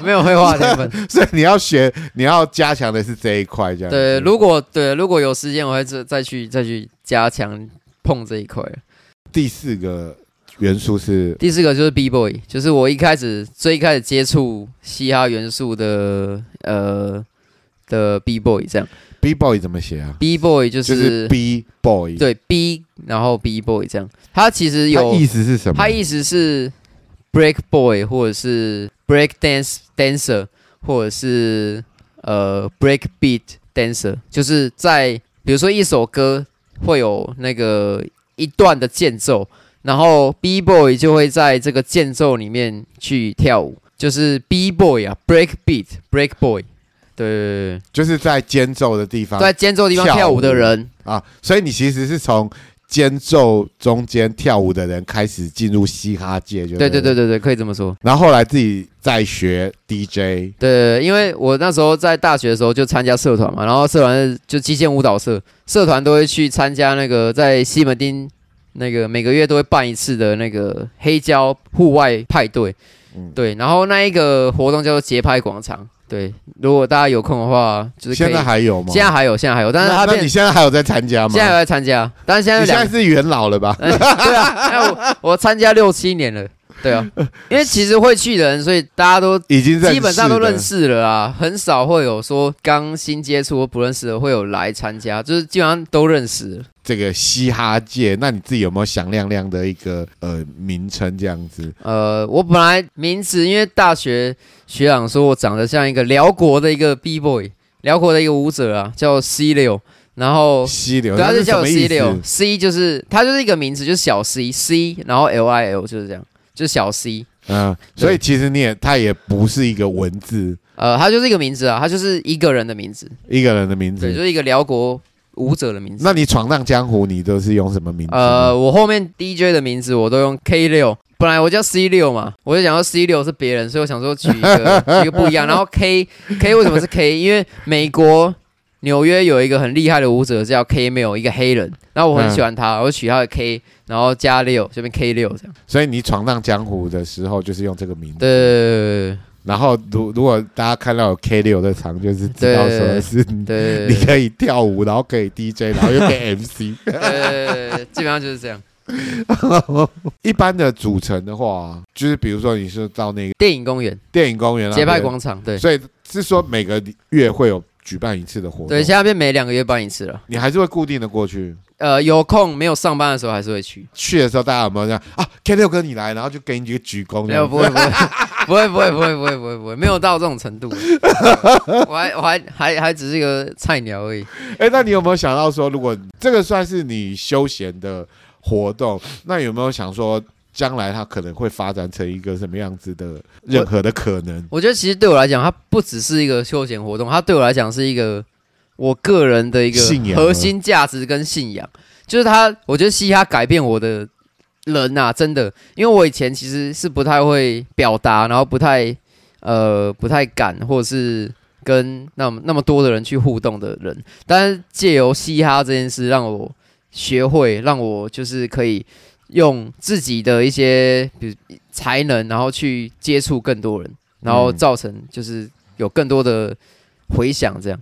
Speaker 3: 没有绘画天分。
Speaker 2: 所以你要学，你要加强的是这一块，这样子
Speaker 3: 对，如果对如果有时间，我会再再去再去加强碰这一块。
Speaker 2: 第四个元素是
Speaker 3: 第四个就是 B boy，就是我一开始最一开始接触嘻哈元素的呃的 B boy 这样
Speaker 2: B boy 怎么写啊？
Speaker 3: ，B boy 就
Speaker 2: 就是是 B boy，，
Speaker 3: 对 B 然后 B boy 这样，他其实
Speaker 2: 它
Speaker 3: 有
Speaker 2: 意思是什么？
Speaker 3: 他意思是 break boy 或者是 break dance dancer 或者是呃 break beat dancer，就是在比如说一首歌会有那个一段的间奏，然后 b boy 就会在这个间奏里面去跳舞，就是 b boy 啊 break beat break boy，对对对
Speaker 2: 就是在间奏的地方
Speaker 3: 对，在间奏地方
Speaker 2: 跳舞
Speaker 3: 跳舞的人，
Speaker 2: 啊，所以你其实是从间奏中间跳舞的人开始进入嘻哈界，就
Speaker 3: 对对
Speaker 2: 对
Speaker 3: 对
Speaker 2: 了，
Speaker 3: 对对，可以这么说。
Speaker 2: 然后后来自己在学 DJ，
Speaker 3: 对，因为我那时候在大学的时候就参加社团嘛，然后社团就击剑舞蹈社，社团都会去参加那个在西门町那个每个月都会办一次的那个黑胶户外派对，
Speaker 2: 嗯
Speaker 3: 对，然后那一个活动叫做节拍广场，对，如果大家有空的话，就是可
Speaker 2: 现
Speaker 3: 以
Speaker 2: 在还有吗？
Speaker 3: 现在还有，现在还有，但是
Speaker 2: 那
Speaker 3: 他
Speaker 2: 那
Speaker 3: 变
Speaker 2: 你
Speaker 3: 现
Speaker 2: 现在还有在参加吗？
Speaker 3: 在还有在参加，但是现
Speaker 2: 你
Speaker 3: 在有
Speaker 2: 现
Speaker 3: 两
Speaker 2: 在是元老了吧？
Speaker 3: 哎 对啊，那我我参加六七年了，对啊，因为其实会去的人，所以大家都
Speaker 2: 已经认识
Speaker 3: 基本上都
Speaker 2: 的
Speaker 3: 认识了啊，很少会有说刚新接触或不认识的会有来参加，就是基本上都认识了。
Speaker 2: 这个嘻哈界，那你自己有没有响亮亮的一个呃名称这样子？
Speaker 3: 呃，我本来名字因为大学学长说我长得像一个辽国的一个 B boy，辽国的一个舞者啊，叫 C 六，然后。
Speaker 2: 溪流，
Speaker 3: 哦对，他
Speaker 2: 那
Speaker 3: 就是
Speaker 2: 什
Speaker 3: 叫我
Speaker 2: 么
Speaker 3: C
Speaker 2: 意
Speaker 3: 六
Speaker 2: 思？
Speaker 3: ，C 就是他就是一个名字，就是小 C，C 然后 L I L 就是这样，就是小 C。
Speaker 2: 嗯，
Speaker 3: 对
Speaker 2: 所以其实你也，它也不是一个文字，
Speaker 3: 呃，他就是一个名字啊，他就是一个人的名字，
Speaker 2: 一个人的名
Speaker 3: 对，就
Speaker 2: 字。
Speaker 3: 是一个辽国舞者的名字。
Speaker 2: 那你闯荡江湖，你都是用什么名字？
Speaker 3: 呃，，我后面 DJ 的名字我都用 K 六，本来我叫 C 六嘛，我就想说 C 六是别人，所以我想说取 一个一个不一样。然后 K K 为什么是 K？因为美国纽约有一个很厉害的舞者叫 K Mel，一个黑人，然后我很喜欢
Speaker 2: 嗯
Speaker 3: 他，我就取他的 K，然后加六，这边 K 六这样。
Speaker 2: 所以你闯荡江湖的时候就是用这个名字。
Speaker 3: 对对
Speaker 2: 然后如如果大家看到有 K 六的场，就是知道
Speaker 3: 对
Speaker 2: 说是你
Speaker 3: 对对
Speaker 2: 你可以跳舞，然后可以 DJ，然后又可以 MC。
Speaker 3: 对对，基本上就是这样。
Speaker 2: 一般的组成的话，就是比如说你是到那个
Speaker 3: 电影公园、
Speaker 2: 电影公园那
Speaker 3: 节
Speaker 2: 边
Speaker 3: 拍，广场，对
Speaker 2: 所以是说每个月会有举办一次的活动。
Speaker 3: 对，现在变每两个月办一次了。
Speaker 2: 你还是会固定的过去。
Speaker 3: 呃，有空没有上班的时候还是会去。
Speaker 2: 去的时候，大家有没有这样啊？K 六哥你来，然后就给你一个鞠躬。
Speaker 3: 没有，不会，不会，不 会，不会，不会，不会，不会，不会，没有到这种程度。 我还，我还，还，还只是一个菜鸟而已。
Speaker 2: 哎、那你有没有想到说，如果这个算是你休闲的活动，那有没有想说，将来它可能会发展成一个什么样子的任何的可能？
Speaker 3: 我觉得其实对我来讲，它不只是一个休闲活动，它对我来讲是一个我个人的一个
Speaker 2: 信仰吗啊
Speaker 3: 核心价值跟信仰。就是它，我觉得嘻哈改变我的人呐、真的，因为我以前其实是不太会表达，然后不太呃不太敢，或者是跟那么那么多的人去互动的人，但是借由嘻哈这件事，让我学会，让我就是可以用自己的一些比如才能，然后去接触更多人，然后
Speaker 2: 嗯
Speaker 3: 造成就是有更多的回响，这样。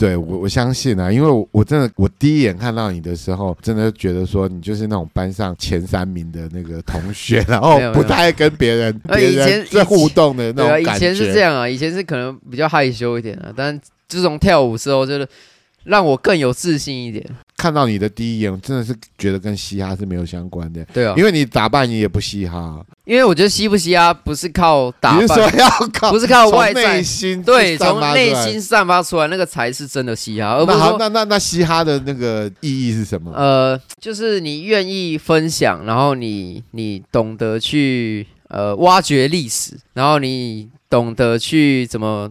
Speaker 2: 对我我相信啊，因为我我真的我第一眼看到你的时候，真的觉得说你就是那种班上前三名的那个同学，然后
Speaker 3: 没有没
Speaker 2: 不
Speaker 3: 有
Speaker 2: 太跟别人
Speaker 3: 呃
Speaker 2: 别
Speaker 3: 以前
Speaker 2: 人在互动的那
Speaker 3: 对啊，
Speaker 2: 种
Speaker 3: 以
Speaker 2: 感觉。
Speaker 3: 前是这样啊，以前是可能比较害羞一点啊，但自从跳舞之后，就是让我更有自信一点。
Speaker 2: 看到你的第一眼，我真的是觉得跟嘻哈是没有相关的，
Speaker 3: 对啊，因
Speaker 2: 因为
Speaker 3: 为
Speaker 2: 你打扮也不嘻哈，
Speaker 3: 我觉得嘻不嘻哈不是靠打
Speaker 2: 你是说
Speaker 3: 扮，
Speaker 2: 要靠
Speaker 3: 不是靠
Speaker 2: 从
Speaker 3: 外在
Speaker 2: 内，心
Speaker 3: 对，
Speaker 2: 散
Speaker 3: 从
Speaker 2: 发出
Speaker 3: 内
Speaker 2: 来
Speaker 3: 心散发出来那个才是真的嘻哈，而不
Speaker 2: 那
Speaker 3: 是
Speaker 2: 好，
Speaker 3: 说
Speaker 2: 那那那嘻哈的那个意义是什么？
Speaker 3: 呃，就是你愿意分享，然后你你懂得去呃挖掘历史，然后你懂得去怎么。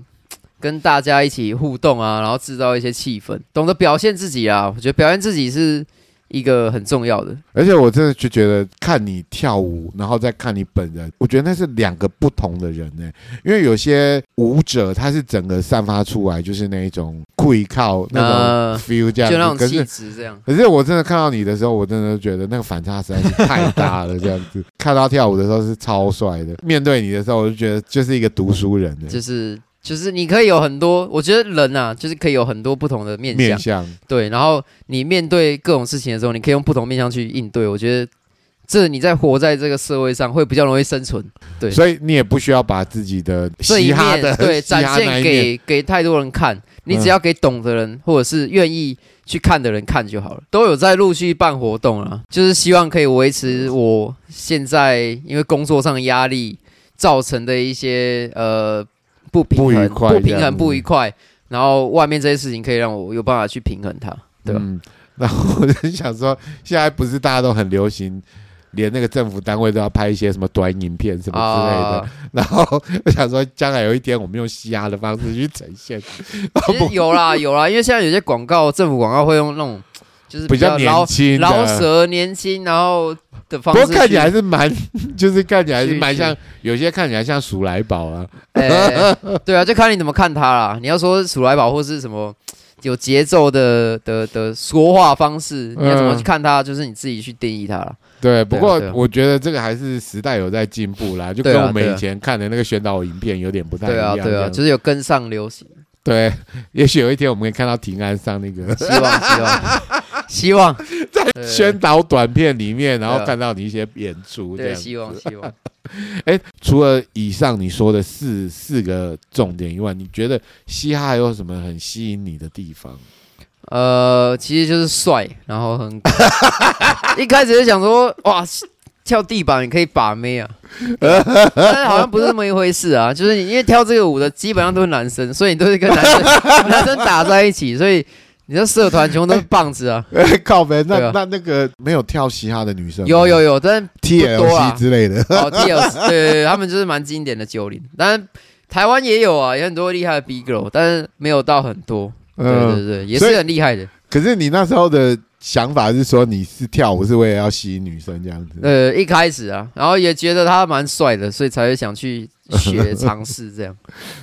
Speaker 3: 跟大家一起互动啊，然后制造一些气氛，懂得表现自己啊。我觉得表现自己是一个很重要的。
Speaker 2: 而且我真的就觉得看你跳舞，然后再看你本人，我觉得那是两个不同的人呢、因为有些舞者他是整个散发出来就是那一种跪靠那种
Speaker 3: 呃
Speaker 2: feel 这样
Speaker 3: 就
Speaker 2: 子，
Speaker 3: 那种
Speaker 2: 可
Speaker 3: 气
Speaker 2: 是。
Speaker 3: 质这样。
Speaker 2: 可是我真的看到你的时候，我真的觉得那个反差实在是太大了，这样子。 看到跳舞的时候是超帅的，面对你的时候，我就觉得就是一个读书人的
Speaker 3: 就是就是你可以有很多，我觉得人啊，就是可以有很多不同的面向，
Speaker 2: 面相。
Speaker 3: 对，然后你面对各种事情的时候，你可以用不同面向去应对。我觉得这你在活在这个社会上会比较容易生存，对
Speaker 2: 所以你也不需要把自己的
Speaker 3: 这一
Speaker 2: 嘻哈的
Speaker 3: 面对
Speaker 2: 嘻哈
Speaker 3: 展
Speaker 2: 那
Speaker 3: 现
Speaker 2: 一面嗯
Speaker 3: 给给太多人看，你只要给懂的人、或者是愿意去看的人看就好了。都有在陆续办活动啊，就是希望可以维持我现在因为工作上压力造成的一些呃不平
Speaker 2: 不愉
Speaker 3: 衡、
Speaker 2: 快
Speaker 3: 平
Speaker 2: 这样
Speaker 3: 衡、
Speaker 2: 子
Speaker 3: 不愉快，然后外面这些事情可以让我有办法去平衡它，对吧？
Speaker 2: 嗯，然后我就想说，现在不是大家都很流行，连那个政府单位都要拍一些什么短影片什么之类的。
Speaker 3: 啊，
Speaker 2: 然后我想说，将来有一天我们用嘻哈的方式去呈现，
Speaker 3: 其实 有啦有啦，因为现在有些广告，政府广告会用那种就是
Speaker 2: 比较
Speaker 3: 老
Speaker 2: 年轻的
Speaker 3: 老舌、年轻，然后的
Speaker 2: 不
Speaker 3: 方式
Speaker 2: 过
Speaker 3: 去。
Speaker 2: 看起来是蛮， 就是看起来是
Speaker 3: 去
Speaker 2: 蛮
Speaker 3: 去
Speaker 2: 像，有些看起来像鼠来宝啊。
Speaker 3: 哎，对啊，就看你怎么看他啦。你要说鼠来宝或是什么有节奏的的的说话方式，你要怎么
Speaker 2: 嗯
Speaker 3: 去看他，就是你自己去定义他啦。
Speaker 2: 对，不过
Speaker 3: 对啊
Speaker 2: 我觉得这个还是时代有在进步啦，就
Speaker 3: 对
Speaker 2: 跟
Speaker 3: 啊
Speaker 2: 我们
Speaker 3: 对啊
Speaker 2: 以前看的那个宣导影片有点不太一
Speaker 3: 对
Speaker 2: 样。
Speaker 3: 啊，对啊，
Speaker 2: 这样
Speaker 3: 就是有跟上流行，
Speaker 2: 对，也许有一天我们可以看到平安上那个
Speaker 3: 希望希望 希望在
Speaker 2: 宣导短片里面，然后
Speaker 3: 对啊
Speaker 2: 看到你一些演出这
Speaker 3: 对
Speaker 2: 样子。
Speaker 3: 希望希望。
Speaker 2: 哎，除了以上你说的四四个重点以外，你觉得嘻哈还有什么很吸引你的地方？
Speaker 3: 呃，其实就是帅，然后很 一开始就想说哇。跳地板也可以把妹啊，但是好像不是那么一回事啊。就是你因为跳这个舞的基本上都是男生，所以你都是跟男生 男生打在一起，所以你的社团全部都是棒 子啊。
Speaker 2: 靠呗，那、
Speaker 3: 对啊
Speaker 2: 那那个没有跳嘻哈的女生吗，
Speaker 3: 有有有，但不多
Speaker 2: TLC
Speaker 3: 啊
Speaker 2: 之类的，
Speaker 3: 哦 TLC，对对对，他们就是蛮经典的九零，但台湾也有啊，有很多厉害的 B girl，但是没有到很多。对
Speaker 2: 嗯
Speaker 3: 对对，也
Speaker 2: 所以
Speaker 3: 是很厉害的。
Speaker 2: 可是你那时候的想法是说你是跳舞是为了要吸引女生这样子，
Speaker 3: 呃，一开始啊，然后也觉得他蛮帅的，所以才会想去学尝试这样。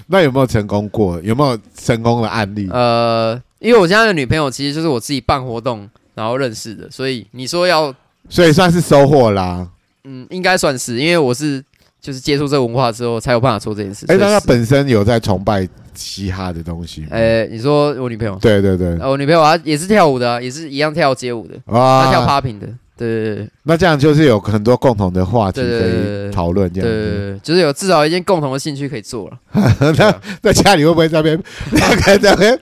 Speaker 2: 那有没有成功过？有没有成功的案例？
Speaker 3: 呃，因为我现在的女朋友其实就是我自己办活动然后认识的，所以你说要，
Speaker 2: 所以算是收获啦。
Speaker 3: 嗯，应该算是，因为我是就是接触这个文化之后才有办法做这件事。
Speaker 2: 哎、
Speaker 3: 所以
Speaker 2: 那他
Speaker 3: 是
Speaker 2: 本身有在崇拜嘻哈的东西吗？
Speaker 3: 呃，你说我女朋友，
Speaker 2: 对对对，
Speaker 3: 呃，我女朋友她也是跳舞的、啊，也是一样跳街舞的，
Speaker 2: 啊
Speaker 3: 她跳 popping 的，对对
Speaker 2: 那这样就是有很多共同的话题
Speaker 3: 对
Speaker 2: 可
Speaker 3: 对对对
Speaker 2: 以
Speaker 3: 对
Speaker 2: 讨论，这
Speaker 3: 对
Speaker 2: 样子。
Speaker 3: 对，就是有至少一件共同的兴趣可以做了。对
Speaker 2: 那
Speaker 3: 啊
Speaker 2: 在家里会不会在那边两个人在那边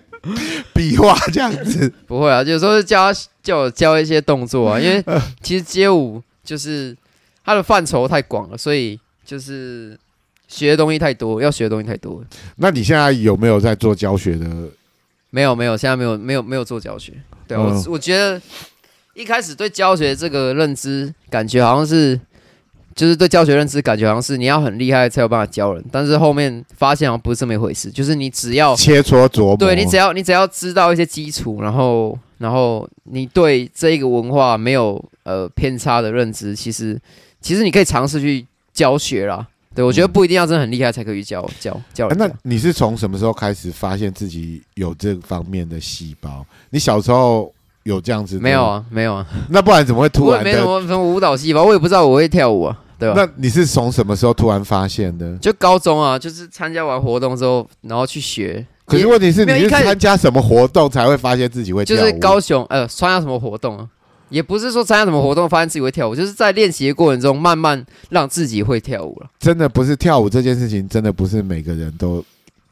Speaker 2: 比划这样 子？
Speaker 3: 不会啊，有时候是教他叫我教一些动作啊，因为其实街舞就是它的范畴太广了，所以就是学的东西太多，要学的东西太多了。
Speaker 2: 那你现在有没有在做教学的？
Speaker 3: 没有没有，现在没有没有没有做教学。对、啊
Speaker 2: 嗯
Speaker 3: 我我觉得一开始对教学这个认知，感觉好像是就是对教学认知，感觉好像是你要很厉害才有办法教人，但是后面发现好像不是这么一回事，就是你只要
Speaker 2: 切磋琢磨，
Speaker 3: 哦对你只要你只要知道一些基础，然后然后你对这一个文化没有呃偏差的认知，其实其实你可以尝试去教学啦。对我觉得不一定要真的很厉害才可以去教教教
Speaker 2: 嗯哎
Speaker 3: 人家。
Speaker 2: 那你是从什么时候开始发现自己有这方面的细胞？你小时候有这样子？
Speaker 3: 没有？啊，没有啊，
Speaker 2: 那不然怎么会突
Speaker 3: 我也
Speaker 2: 然
Speaker 3: 没什
Speaker 2: 的？
Speaker 3: 么什么舞蹈细胞，我也不知道我会跳舞啊，对吧？
Speaker 2: 那你是从什么时候突然发现的？
Speaker 3: 就高中啊，就是参加完活动之后，然后去学，
Speaker 2: 可是问题是，你
Speaker 3: 没有
Speaker 2: 是
Speaker 3: 一开始
Speaker 2: 参加什么活动才会发现自己会跳
Speaker 3: 就
Speaker 2: 舞？
Speaker 3: 是高雄呃参加什么活动啊，也不是说参加什么活动发现自己会跳舞，就是在练习的过程中慢慢让自己会跳舞了。
Speaker 2: 真的不是跳舞这件事情，真的不是每个人都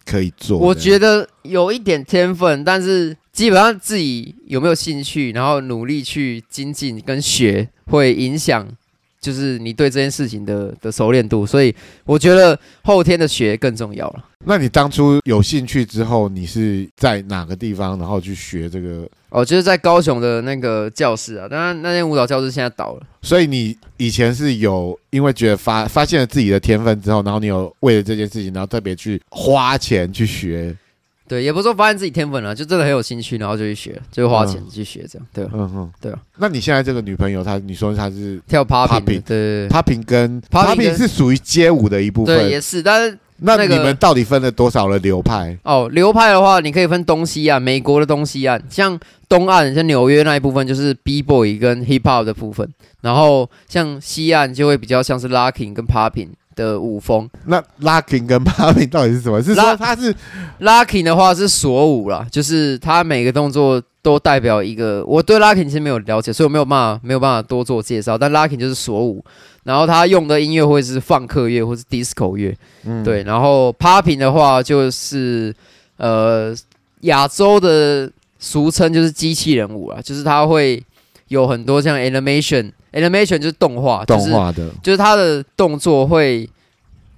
Speaker 2: 可以做的。
Speaker 3: 我觉得有一点天分，但是基本上自己有没有兴趣，然后努力去精进跟学，会影响就是你对这件事情的的熟练度。所以我觉得后天的学更重要了。
Speaker 2: 那你当初有兴趣之后，你是在哪个地方，然后去学这个？
Speaker 3: 哦，就是在高雄的那个教室啊，当然那间舞蹈教室现在倒了。
Speaker 2: 所以你以前是有因为觉得发发现了自己的天分之后，然后你有为了这件事情，然后特别去花钱去学。
Speaker 3: 对，也不是说发现自己天分了、就真的很有兴趣，然后就去学，就花钱去学这样。对，
Speaker 2: 嗯哼，
Speaker 3: 对啊。
Speaker 2: 那你现在这个女朋友她，你说她是
Speaker 3: 跳 popping，
Speaker 2: Popping
Speaker 3: 的对对
Speaker 2: popping 跟
Speaker 3: Popping 跟
Speaker 2: 是属于街舞的一部
Speaker 3: 对，对也
Speaker 2: 分。
Speaker 3: 是。但是
Speaker 2: 那
Speaker 3: 那
Speaker 2: 你
Speaker 3: 个
Speaker 2: 们到底分了多少的流派？
Speaker 3: 哦，流派的话，你可以分东西岸，美国的东西岸，像东岸，像纽约那一部分就是 B boy 跟 hip hop 的部分，然后像西岸就会比较像是 locking 跟 popping 的舞风。
Speaker 2: 那 locking 跟 popping 到底是什么？是说
Speaker 3: Lock-
Speaker 2: 它是
Speaker 3: locking 的话是锁舞啦，就是它每个动作都代表一个。我对 locking 其实没有了解，所以我没有办法没有办法多做介绍。但 locking 就是锁舞，然后它用的音乐会是放克乐或是 disco 乐，
Speaker 2: 嗯
Speaker 3: 对。然后 popping 的话就是呃亚洲的俗称就是机器人舞啦，就是它会有很多像 animation。animation 就是动画，就
Speaker 2: 动
Speaker 3: 是
Speaker 2: 画的，
Speaker 3: 就是他的动作会，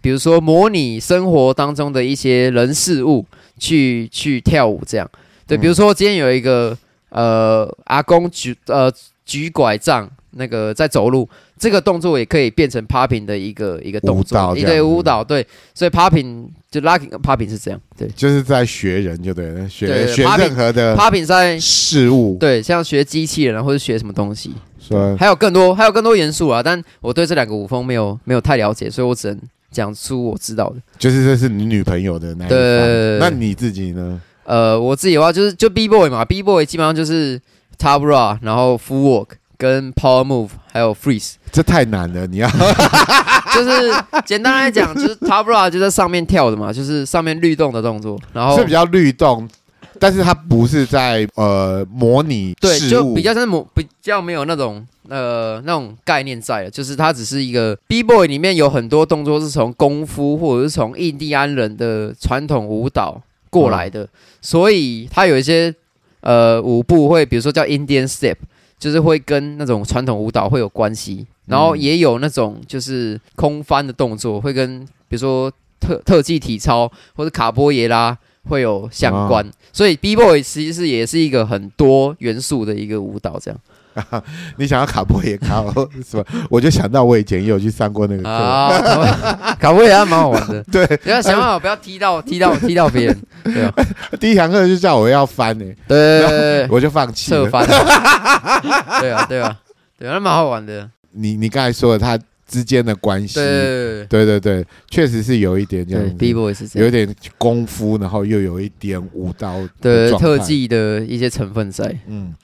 Speaker 3: 比如说模拟生活当中的一些人事物去去跳舞这样。对，
Speaker 2: 嗯
Speaker 3: 比如说今天有一个呃阿公举呃举拐杖那个在走路，这个动作也可以变成 popping 的一个一个动
Speaker 2: 舞蹈
Speaker 3: 作，
Speaker 2: 这
Speaker 3: 一
Speaker 2: 样子
Speaker 3: 对舞蹈对，所以 popping 就 locking 跟 popping 是这样，对
Speaker 2: 就是在学人就对了，学
Speaker 3: 对对
Speaker 2: 学
Speaker 3: popping-
Speaker 2: 任何的
Speaker 3: ，popping 在
Speaker 2: 事物，
Speaker 3: 对像学机器人啊或者学什么东西，
Speaker 2: 说
Speaker 3: 还有更多还有更多元素啊，但我对这两个舞风没有没有太了解，所以我只能讲出我知道的。
Speaker 2: 就是这是你女朋友的那一
Speaker 3: 对
Speaker 2: 方，那你自己呢？
Speaker 3: 呃，我自己的话就是就 B boy 嘛，B boy 基本上就是 top bra，然后 full walk 跟 power move，还有 freeze，
Speaker 2: 这太难了，你要
Speaker 3: 就是简单来讲，就是 top bra 就在上面跳的嘛，就是上面律动的动作，然 后
Speaker 2: 是比较律动，但是它不是在呃模拟
Speaker 3: 对，
Speaker 2: 事
Speaker 3: 就
Speaker 2: 物
Speaker 3: 比较像是模比较没有那种呃那种概念在了，就是它只是一个 B boy 里面有很多动作是从功夫或者是从印第安人的传统舞蹈过来
Speaker 2: 嗯
Speaker 3: 的，所以它有一些呃舞步会，比如说叫 Indian step，就是会跟那种传统舞蹈会有关系，然后
Speaker 2: 嗯
Speaker 3: 也有那种就是空翻的动作会跟比如说特特技体操或者卡波耶拉会有相
Speaker 2: 啊
Speaker 3: 关，所以 B boy 其实也是一个很多元素的一个舞蹈，这样
Speaker 2: 你想要卡波也卡什么？ 我就想到我以前也有去上过那个课，
Speaker 3: 啊，卡波卡波耶拉蛮好玩的，
Speaker 2: 对，
Speaker 3: 不要想办法不要踢到踢 到踢到别人，对啊，
Speaker 2: 第一堂课就叫我要翻呢、
Speaker 3: 对，
Speaker 2: 我就放弃
Speaker 3: 侧
Speaker 2: 了。
Speaker 3: 翻， 对啊对啊对啊，那蛮好玩的，
Speaker 2: 你你刚才说的它之间的关系，
Speaker 3: 对
Speaker 2: 对对对，确实是有一点这
Speaker 3: 对
Speaker 2: 样
Speaker 3: ，B
Speaker 2: 子。
Speaker 3: boy 是这
Speaker 2: 有一
Speaker 3: 样，
Speaker 2: 点功夫，然后又有一点舞蹈的
Speaker 3: 对
Speaker 2: 状态
Speaker 3: 特技的一些成分在。
Speaker 2: 嗯，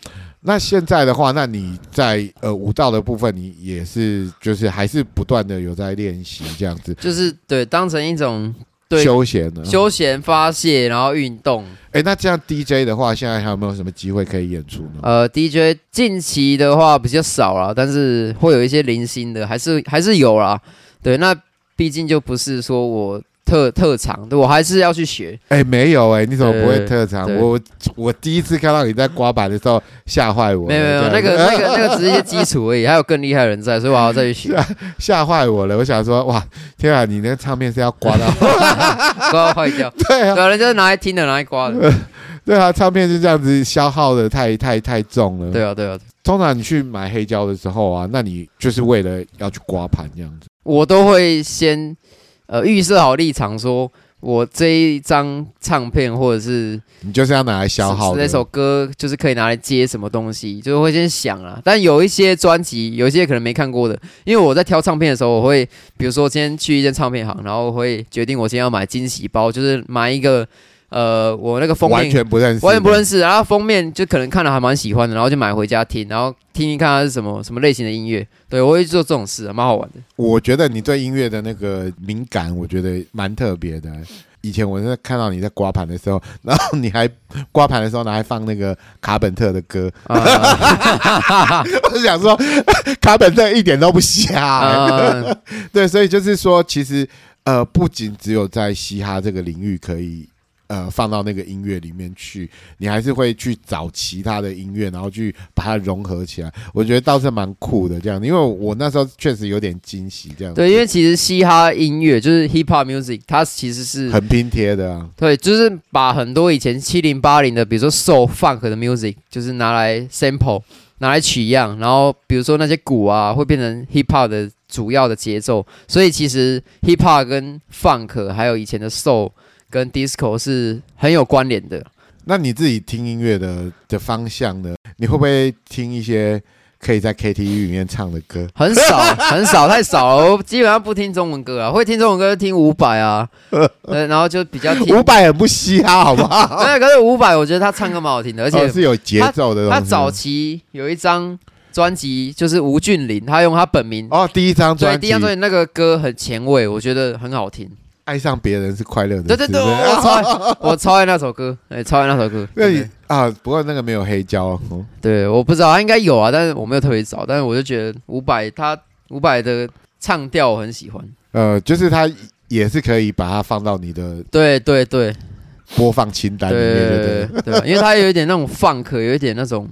Speaker 2: 那现在的话，那你在呃舞蹈的部分，你也是就是还是不断的有在练习这样子，
Speaker 3: 就是对，当成一种对
Speaker 2: 休闲呢？
Speaker 3: 休闲发泄，然后运动。
Speaker 2: 哎，那这样 DJ 的话，现在还有没有什么机会可以演出呢？
Speaker 3: 呃，DJ 近期的话比较少啦，但是会有一些零星的，还是还是有啦。对，那毕竟就不是说我特特长，对我还是要去学。
Speaker 2: 哎、没有哎、你怎么不会
Speaker 3: 对
Speaker 2: 特长？
Speaker 3: 对
Speaker 2: 我我第一次看到你在刮板的时候，吓坏我了。
Speaker 3: 没有没有，
Speaker 2: 这样
Speaker 3: 那个那个那个只是一些基础而已，还有更厉害的人在，所以我还要再去 学。
Speaker 2: 吓坏我了。我想说，哇，天啊，你那个唱片是要 刮到？
Speaker 3: 刮到坏掉。
Speaker 2: 对啊，
Speaker 3: 对啊，人家是拿来听的，拿来刮的。
Speaker 2: 对啊，唱片是这样子消耗的太太太重了。
Speaker 3: 对，啊，对啊，
Speaker 2: 通常你去买黑胶的时候啊，那你就是为了要去刮盘这样子。
Speaker 3: 我都会先呃预设好立场，说我这一张唱片或者是
Speaker 2: 你就是要拿来消耗的
Speaker 3: 那首歌，就是可以拿来接什么东西，就是会先想啊。但有一些专辑，有一些可能没看过的，因为我在挑唱片的时候，我会比如说今天去一间唱片行，然后我会决定我今天要买惊喜包，就是买一个呃我那个封
Speaker 2: 完
Speaker 3: 面
Speaker 2: 全不认识，
Speaker 3: 完全不认识，然后封面就可能看了还蛮喜欢的，然后就买回家听，然后听听看它是什么什么类型的音乐。对我会做这种事、啊，蛮好玩的。
Speaker 2: 我觉得你对音乐的那个敏感，我觉得蛮特别的。以前我在看到你在刮盘的时候， 然后你还刮盘的时候呢，还放那个卡本特的歌，
Speaker 3: 啊、
Speaker 2: 我想说 卡本特一点都不瞎、
Speaker 3: 啊
Speaker 2: 对，所以就是说，其实呃，不仅只有在嘻哈这个领域可以呃放到那个音乐里面去，你还是会去找其他的音乐，然后去把它融合起来。我觉得倒是蛮酷的这样，因为我那时候确实有点惊喜这样子，
Speaker 3: 对，因为其实嘻哈音乐就是 hip hop music，它其实是
Speaker 2: 很拼贴的啊。
Speaker 3: 对，就是把很多以前七零八零的，比如说 soul funk 的 music，就是拿来 sample，拿来取样，然后比如说那些鼓啊，会变成 hip hop 的主要的节奏。所以其实 hip hop 跟 funk，还有以前的 soul 跟 disco 是很有关联的。
Speaker 2: 那你自己听音乐的的方向呢？你会不会听一些可以在 KTV 里面唱的歌？
Speaker 3: 很少，很少，太少了。我基本上不听中文歌啊，会听中文歌就听伍佰啊，呃，然后就比较听
Speaker 2: 伍。佰很不嘻哈，好不好？
Speaker 3: 对，可是伍佰，我觉得他唱歌蛮好听的， 而
Speaker 2: 而
Speaker 3: 且
Speaker 2: 是有节奏的东西。
Speaker 3: 他早期有一张专辑就是吴俊霖，他用他本名，
Speaker 2: 哦，第一张
Speaker 3: 对，
Speaker 2: 专
Speaker 3: 第
Speaker 2: 辑
Speaker 3: 一张专辑那个歌很前卫，我觉得很好听。
Speaker 2: 爱上别人是快乐的
Speaker 3: 对
Speaker 2: 事，
Speaker 3: 对
Speaker 2: 不啊
Speaker 3: 对，哦我我超 爱，我超爱那首歌，哎，超爱那首歌。
Speaker 2: 那
Speaker 3: 对
Speaker 2: 你啊，不过那个没有黑胶哦。嗯
Speaker 3: 对，我不知道，他应该有啊，但是我没有特别找，但是我就觉得伍佰他伍佰的唱调我很喜欢。
Speaker 2: 呃，就是它也是可以把它放到你的
Speaker 3: 对对对，
Speaker 2: 播放清单里面，对不对？
Speaker 3: 对对对，因为它有一点那种 funk，有一点那种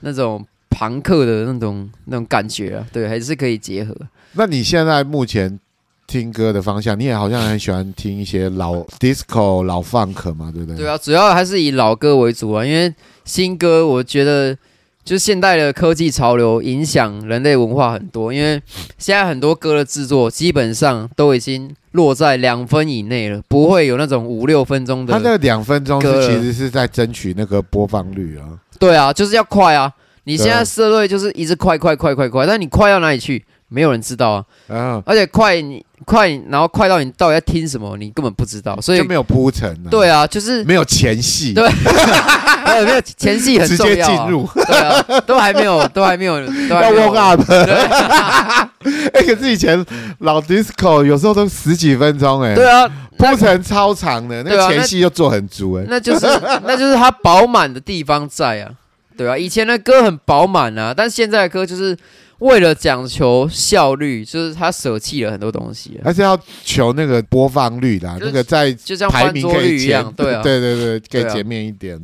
Speaker 3: 那种朋克的那种那种感觉啊，对，还是可以结合。
Speaker 2: 那你现在目前听歌的方向，你也好像很喜欢听一些老 disco、老 funk 嘛，对不对？
Speaker 3: 对啊，主要还是以老歌为主啊，因为新歌我觉得就现代的科技潮流影响人类文化很多，因为现在很多歌的制作基本上都已经落在两分以内了，不会有那种五六分钟
Speaker 2: 它
Speaker 3: 的。
Speaker 2: 那两分钟
Speaker 3: 歌
Speaker 2: 是
Speaker 3: 了
Speaker 2: 其实是在争取那个播放率啊。
Speaker 3: 对啊，就是要快啊！你现
Speaker 2: 对啊
Speaker 3: 在社会就是一直快快快快快，但你快到哪里去？没有人知道啊。
Speaker 2: 啊，
Speaker 3: 而且快你快，然后快到你到底在听什么，你根本不知道。所以
Speaker 2: 就没有铺陈啊，
Speaker 3: 对，啊，就是
Speaker 2: 没有前戏，
Speaker 3: 对还有没有前戏很
Speaker 2: 直
Speaker 3: 重
Speaker 2: 接
Speaker 3: 要、
Speaker 2: 进
Speaker 3: 啊，
Speaker 2: 入，
Speaker 3: 对啊，都还没 有，都还没有，都还
Speaker 2: 要
Speaker 3: 没有
Speaker 2: warm up。哎， 可是以前老 disco 有时候都十几分钟，哎，
Speaker 3: 对啊，
Speaker 2: 铺陈超长的，那
Speaker 3: 对
Speaker 2: 个
Speaker 3: 啊
Speaker 2: 前
Speaker 3: 那
Speaker 2: 戏又做很足，哎，
Speaker 3: 那就是 那就是它饱满的地方在啊，对啊，以前的歌很饱满啊，但现在的歌就是为了讲求效率，就是他舍弃了很多东西、啊，
Speaker 2: 而且要求那个播放率啦，
Speaker 3: 就是
Speaker 2: 那个在
Speaker 3: 就像
Speaker 2: 排
Speaker 3: 翻
Speaker 2: 名
Speaker 3: 桌
Speaker 2: 可以
Speaker 3: 率一
Speaker 2: 前
Speaker 3: 样，，对啊，
Speaker 2: 对对对，可
Speaker 3: 对
Speaker 2: 以
Speaker 3: 啊
Speaker 2: 前面一点。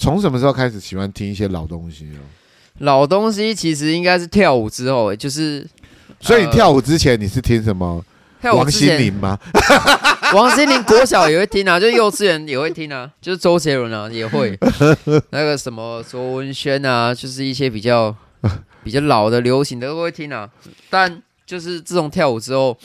Speaker 2: 从什么时候开始喜欢听一些老东西
Speaker 3: 呃
Speaker 2: 哦？
Speaker 3: 老东西其实应该是跳舞之后、欸就是
Speaker 2: 所以你
Speaker 3: 呃
Speaker 2: 跳舞之前你是听什么？
Speaker 3: 跳舞
Speaker 2: 王
Speaker 3: 之
Speaker 2: 心
Speaker 3: 前
Speaker 2: 凌吗？
Speaker 3: 王心凌国小也会听啊，就幼稚园也会听啊， 就是周杰伦啊也 会，那个什么卓文萱啊，就是一些比较 比较老的流行的都会听啊。但就是自从跳舞之后，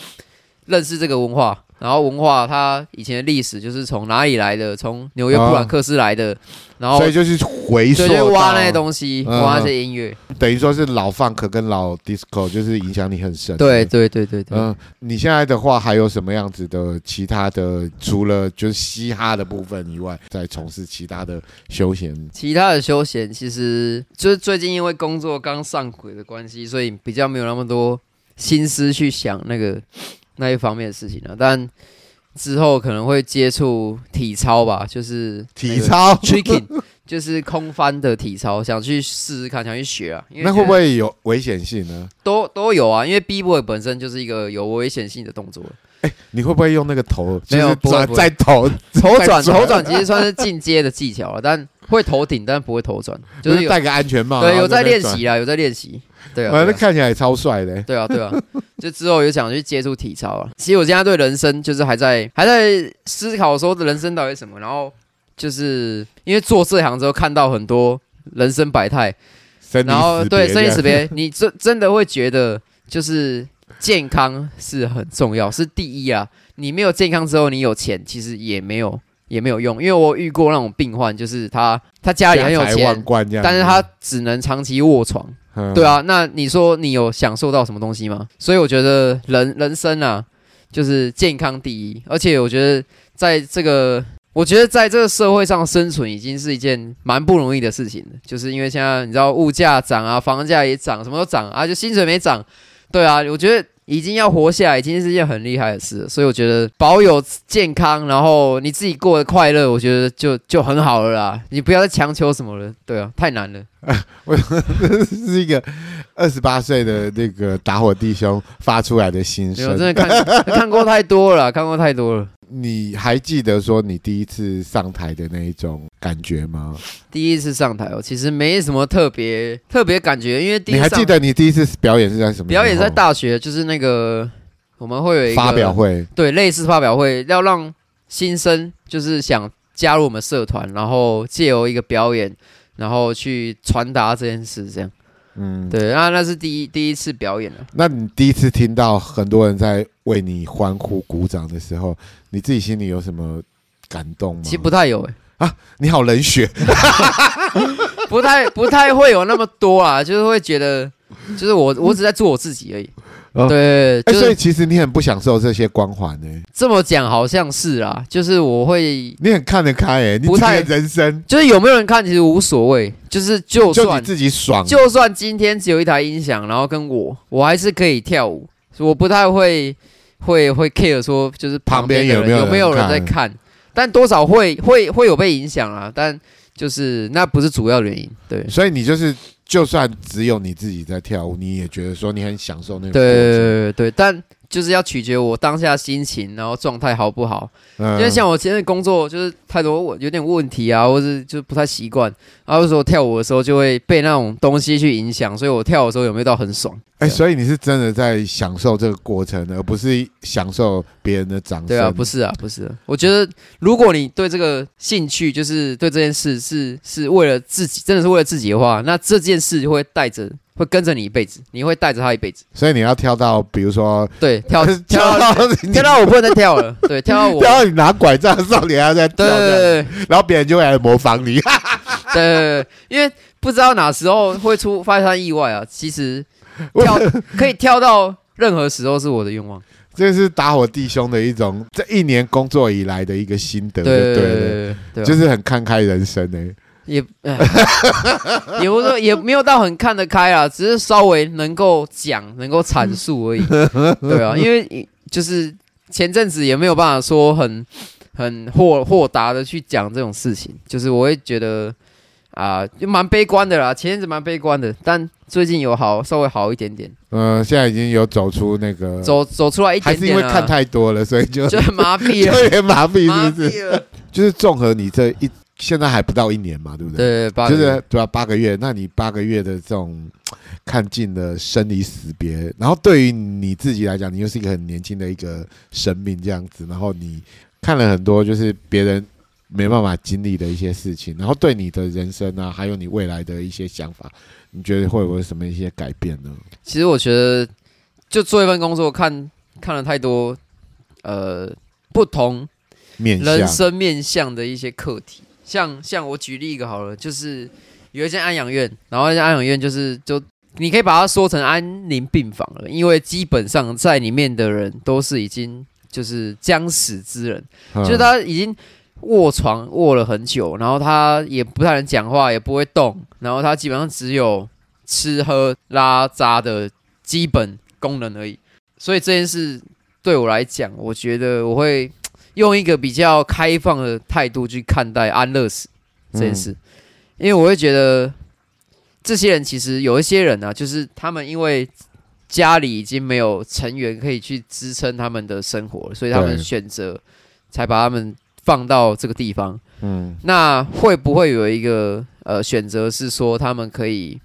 Speaker 3: 认识这个文化，然后文化它以前的历史就是从哪里来的，从纽约布兰克斯来的，然后
Speaker 2: 所以就是回溯
Speaker 3: 哦对，就挖
Speaker 2: 到
Speaker 3: 那些东西，
Speaker 2: 嗯
Speaker 3: 挖那些音乐。
Speaker 2: 等于说是老 funk 跟老 disco 就是影响你很深。
Speaker 3: 对，对对对对。
Speaker 2: 嗯，你现在的话还有什么样子的其他的？除了就是嘻哈的部分以外，在从事其他的休闲
Speaker 3: 其他的休闲其实就是最近因为工作刚上轨的关系，所以比 啊较没有那么多心思去想那个那一方面的事情了、但之后可能会接触体操吧，就是
Speaker 2: 体操
Speaker 3: tricking，就是空翻的体操，想去试试看，想去学啊。因为
Speaker 2: 那会不
Speaker 3: 觉得
Speaker 2: 会有危险性呢？
Speaker 3: 都都有啊？因为 B boy 本身就是一个有危险性的动作，
Speaker 2: 你会不会用那个头？
Speaker 3: 没有
Speaker 2: 就是
Speaker 3: 不会
Speaker 2: 转
Speaker 3: 不 会
Speaker 2: 在头，
Speaker 3: 头
Speaker 2: 再
Speaker 3: 转
Speaker 2: 转
Speaker 3: 头转其实算是进阶的技巧了，但会头顶，但不会头转，就是有
Speaker 2: 戴个安全帽。
Speaker 3: 对
Speaker 2: 然后
Speaker 3: 有在
Speaker 2: 那边
Speaker 3: 练
Speaker 2: 转。
Speaker 3: 习啊，有在练习，对啊，
Speaker 2: 反正
Speaker 3: 对啊
Speaker 2: 看起来也超帅的。
Speaker 3: 对啊，对啊， 就之后有想去接触体操啊。其实我现在对人生就是还在还在思考说人生到底是什么，然后就是因为做这行之后看到很多人生百态，
Speaker 2: 生离
Speaker 3: 然后
Speaker 2: 死
Speaker 3: 对
Speaker 2: 别
Speaker 3: 生离死
Speaker 2: 这样，
Speaker 3: 别，你真真的会觉得就是健康是很重要，是第一啊。你没有健康之后，你有钱其实也没有也没有用，因为我遇过那种病患，就是他他家里很有
Speaker 2: 家财万
Speaker 3: 钱，
Speaker 2: 贯这样子。
Speaker 3: 但是他只能长期卧床。
Speaker 2: 嗯
Speaker 3: 对，啊，那你说你有享受到什么东西吗？所以我觉得人人生啊，就是健康第一，而且我觉得在这个，我觉得在这个社会上生存已经是一件蛮不容易的事情了，就是因为现在你知道物价涨啊，房价也涨，什么都涨啊，就薪水没涨，对啊，我觉得。已经要活下来，已经是一件很厉害的事了，所以我觉得保有健康，然后你自己过得快乐，我觉得就就很好了啦。你不要再强求什么了，对啊，太难了。
Speaker 2: 我这 是一个二十八岁的那个打火弟兄发出来的心
Speaker 3: 没有，
Speaker 2: 声。
Speaker 3: 真的看 看过太多了啦，看过太多了。
Speaker 2: 你还记得说你第一次上台的那一种感觉吗？
Speaker 3: 第一次上台哦，其实没什么特别特别感觉，因为第一
Speaker 2: 你
Speaker 3: 次
Speaker 2: 还
Speaker 3: 上
Speaker 2: 记得你第一次表演是在什么时候？
Speaker 3: 表演在大学，就是那个我们会有一个
Speaker 2: 发表，会，
Speaker 3: 对，类似发表会，要让新生就是想加入我们社团，然后借由一个表演，然后去传达这件事，这样。
Speaker 2: 嗯，
Speaker 3: 对，那那是第一第一次表演了。
Speaker 2: 那你第一次听到很多人在为你欢呼鼓掌的时候，你自己心里有什么感动吗？
Speaker 3: 其实不太有、欸，
Speaker 2: 你好冷血，
Speaker 3: 不太不太会有那么多啊，就是会觉得，就是我我只在做我自己而已。
Speaker 2: 哦
Speaker 3: 对，
Speaker 2: 哎、
Speaker 3: 就是、
Speaker 2: 所以其实你很不享受这些光环呢、
Speaker 3: 这么讲好像是啦，就是我会，
Speaker 2: 你很看得开哎、你
Speaker 3: 不
Speaker 2: 自己
Speaker 3: 太
Speaker 2: 的人生
Speaker 3: 就是有没有人看其实无所谓，就是就
Speaker 2: 就你
Speaker 3: 算就
Speaker 2: 自己爽，
Speaker 3: 算今天只有一台音响，然后跟我，我还是可以跳舞，我不太会会会 care 说就是旁边的
Speaker 2: 旁边有没有
Speaker 3: 有
Speaker 2: 人
Speaker 3: 没有人在看，但多少会会会有被影响啊，但就是那不是主要原因，对
Speaker 2: 所以你就是就算只有你自己在跳舞，你也觉得说你很享受那个
Speaker 3: 对
Speaker 2: 过程，
Speaker 3: 对对对，但就是要取决我当下心情，然后状态好不好，
Speaker 2: 嗯
Speaker 3: 因为像我现在工作就是太多问有点问题啊，或是就不太习惯，然后有时候跳舞的时候就会被那种东西去影响，所以我跳的时候有没有到很爽？
Speaker 2: 哎、所以你是真的在享受这个过程，而不是享受别人的掌声。
Speaker 3: 对啊，不是啊，不是啊、我觉得如果你对这个兴趣，就是对这件事是是为了自己，真的是为了自己的话，那这件事就会带着会跟着你一辈子，你会带着他一辈子。
Speaker 2: 所以你要跳到，比如说
Speaker 3: 对，跳跳
Speaker 2: 跳
Speaker 3: 到
Speaker 2: 到你
Speaker 3: 跳到我不能再跳了，对，跳到我。
Speaker 2: 跳到你拿拐杖的时候，你还要再跳
Speaker 3: 对对对
Speaker 2: 这样，
Speaker 3: 对，
Speaker 2: 然后别人就会来模仿你。
Speaker 3: 对对对，因为不知道哪时候会出发生意外啊。其实跳 可以跳到任何时候是我的愿望。
Speaker 2: 这是打火弟兄的一种，这一年工作以来的一个心得，就
Speaker 3: 对
Speaker 2: 对
Speaker 3: 对
Speaker 2: 了，
Speaker 3: 对对，
Speaker 2: 就是是很看开人生欸呢、
Speaker 3: 也哎啊也 不是说也没有到很看得开啊，只是稍微能够讲、能够阐述 而已。对啊，因为就是前阵子也没有办法说很很豁豁达的去讲这种事情，就是我会觉得。啊，就蛮悲观的啦，前阵子蛮悲观的，但最近有好稍微好一点点。
Speaker 2: 嗯、现在已经有走出那个，
Speaker 3: 走走出来一
Speaker 2: 嗯还
Speaker 3: 点
Speaker 2: 是因
Speaker 3: 点、
Speaker 2: 为
Speaker 3: 啊，
Speaker 2: 看太多了，所以就
Speaker 3: 就麻 痹了，
Speaker 2: 有点麻痹，
Speaker 3: 麻
Speaker 2: 是不是？
Speaker 3: 痹了，
Speaker 2: 就是综合你这一，现在还不到一年嘛，对不对？
Speaker 3: 对，八
Speaker 2: 就
Speaker 3: 个月
Speaker 2: 是对吧、八个月，那你八个月的这种看尽了生离死别，然后对于你自己来讲，你又是一个很年轻的一个生命这样子，然后你看了很多就是别人没办法经历的一些事情，然后对你的人生啊，还有你未来的一些想法，你觉得会有什么一些改变呢？
Speaker 3: 其实我觉得，就做一份工作，看看了太多，呃，不同
Speaker 2: 面
Speaker 3: 人
Speaker 2: 向，
Speaker 3: 生面向的一些课题。像像我举例一个好了，就是有一间安养院，然后那间安养院就是就你可以把它说成安宁病房了，因为基本上在里面的人都是已经就是将死之人。
Speaker 2: 嗯
Speaker 3: 就是他已经卧床卧了很久，然后他也不太能讲话，也不会动，然后他基本上只有吃喝拉撒的基本功能而已。所以这件事对我来讲，我觉得我会用一个比较开放的态度去看待安乐死这
Speaker 2: 嗯
Speaker 3: 件事，因为我会觉得这些人其实有一些人啊，就是他们因为家里已经没有成员可以去支撑他们的生活了，所以他
Speaker 2: 对
Speaker 3: 们选择才把他们放到这个地方。
Speaker 2: 嗯，
Speaker 3: 那会不会有一个呃选择是说他们可以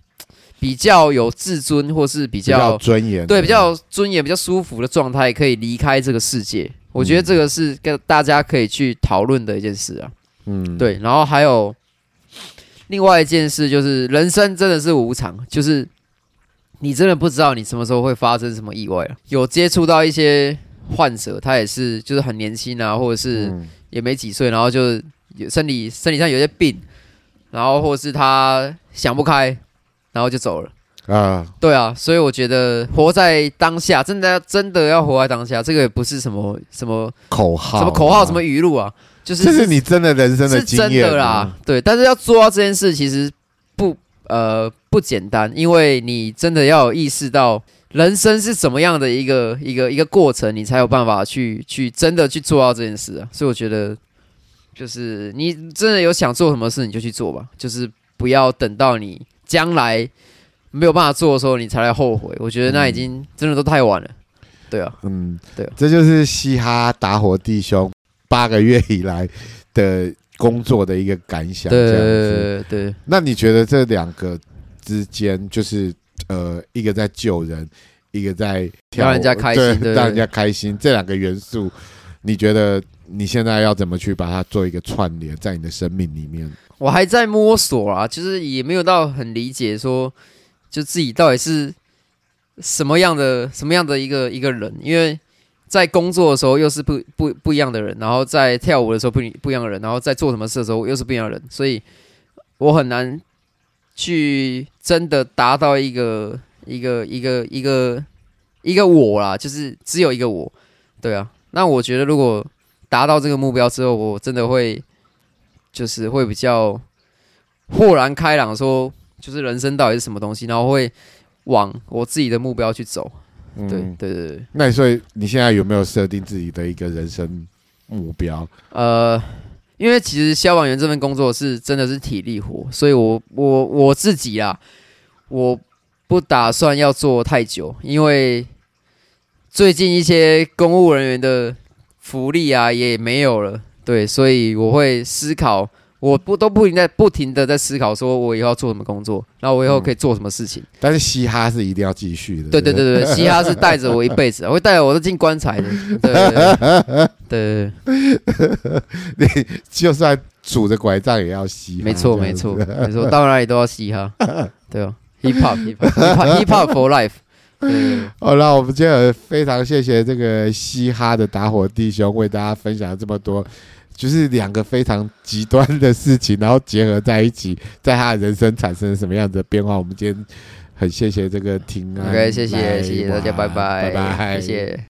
Speaker 3: 比较有自尊，或是比
Speaker 2: 比较
Speaker 3: 较
Speaker 2: 尊严的，
Speaker 3: 对比较尊严、比较舒服的状态，可以离开这个世界？
Speaker 2: 嗯
Speaker 3: 我觉得这个是跟大家可以去讨论的一件事啊。
Speaker 2: 嗯，
Speaker 3: 对，然后还有另外一件事就是，人生真的是无常，就是你真的不知道你什么时候会发生什么意外了、有接触到一些患者，他也是就是很年轻啊，或者是、
Speaker 2: 嗯
Speaker 3: 也没几岁，然后就有身体身体上有些病，然后或是他想不开，然后就走了。
Speaker 2: 啊，
Speaker 3: 对啊，所以我觉得活在当下，真的要真的要活在当下，这个也不是什么什么
Speaker 2: 口号
Speaker 3: 什么口号、什么语录啊，就是
Speaker 2: 这是你真的人生
Speaker 3: 是
Speaker 2: 经
Speaker 3: 真
Speaker 2: 验啊
Speaker 3: 的啦，。对，但是要做到这件事，其实不呃不简单，因为你真的要有意识到人生是怎么样的一个一个一个过程，你才有办法去去真的去做到这件事啊。所以我觉得，就是你真的有想做什么事，你就去做吧，就是不要等到你将来没有办法做的时候，你才来后悔。我觉得那已经真的都太晚了。对啊，
Speaker 2: 嗯，
Speaker 3: 对啊
Speaker 2: 这就是嘻哈打火弟兄八个月以来的工作的一个感想。
Speaker 3: 对
Speaker 2: 这样子，
Speaker 3: 对对，
Speaker 2: 那你觉得这两个之间，就是呃，一个在救人，一个在跳
Speaker 3: 让人家开心
Speaker 2: 对
Speaker 3: 对对
Speaker 2: 让人家开心，这两个元素，你觉得你现在要怎么去把它做一个串联在你的生命里面？
Speaker 3: 我还在摸索啊，就是也没有到很理解说，就自己到底是什么样的什么样的一个一个人，因为在工作的时候又是不不不一样的人，然后在跳舞的时候不一不一样的人，然后在做什么事的时候又是不一样的人，所以我很难去真的达到一个一个一个一个一个我啦，就是只有一个我，对啊。那我觉得如果达到这个目标之后，我真的会。就是会比较豁然开朗，说就是人生到底是什么东西，然后会往我自己的目标去走。
Speaker 2: 嗯
Speaker 3: 对、对对对，
Speaker 2: 那所以你现在有没有设定自己的一个人生目标？
Speaker 3: 呃，因为其实消防员这份工作是真的是体力活，所以我我我自己啊，我不打算要做太久，因为最近一些公务人员的福利啊也没有了，对，所以我会思考，我不都不停在不停的在思考，说我以后要做什么工作，然后我以后可以做什么事情。
Speaker 2: 但是嘻哈是一定要继续的。
Speaker 3: 对对
Speaker 2: 不
Speaker 3: 对对，嘻哈是带着我一辈子啊，会带着我进棺材的。对对对对对对。
Speaker 2: 就算拄着拐杖也要嘻哈。
Speaker 3: 没错，
Speaker 2: 这
Speaker 3: 没
Speaker 2: 样子
Speaker 3: 错，。 没错，到哪里都要嘻哈，对哦，hip hop，hip hop，hip hop for life，对对对
Speaker 2: 好那我们今天非常谢谢这个嘻哈的打火弟兄为大家分享这么多，就是两个非常极端的事情，然后结合在一起，在他的人生产生了什么样子的变化。我们今天很谢谢这个听啊
Speaker 3: ，OK，谢谢，
Speaker 2: 来
Speaker 3: 谢谢大家，拜
Speaker 2: 哇拜拜，
Speaker 3: 谢谢。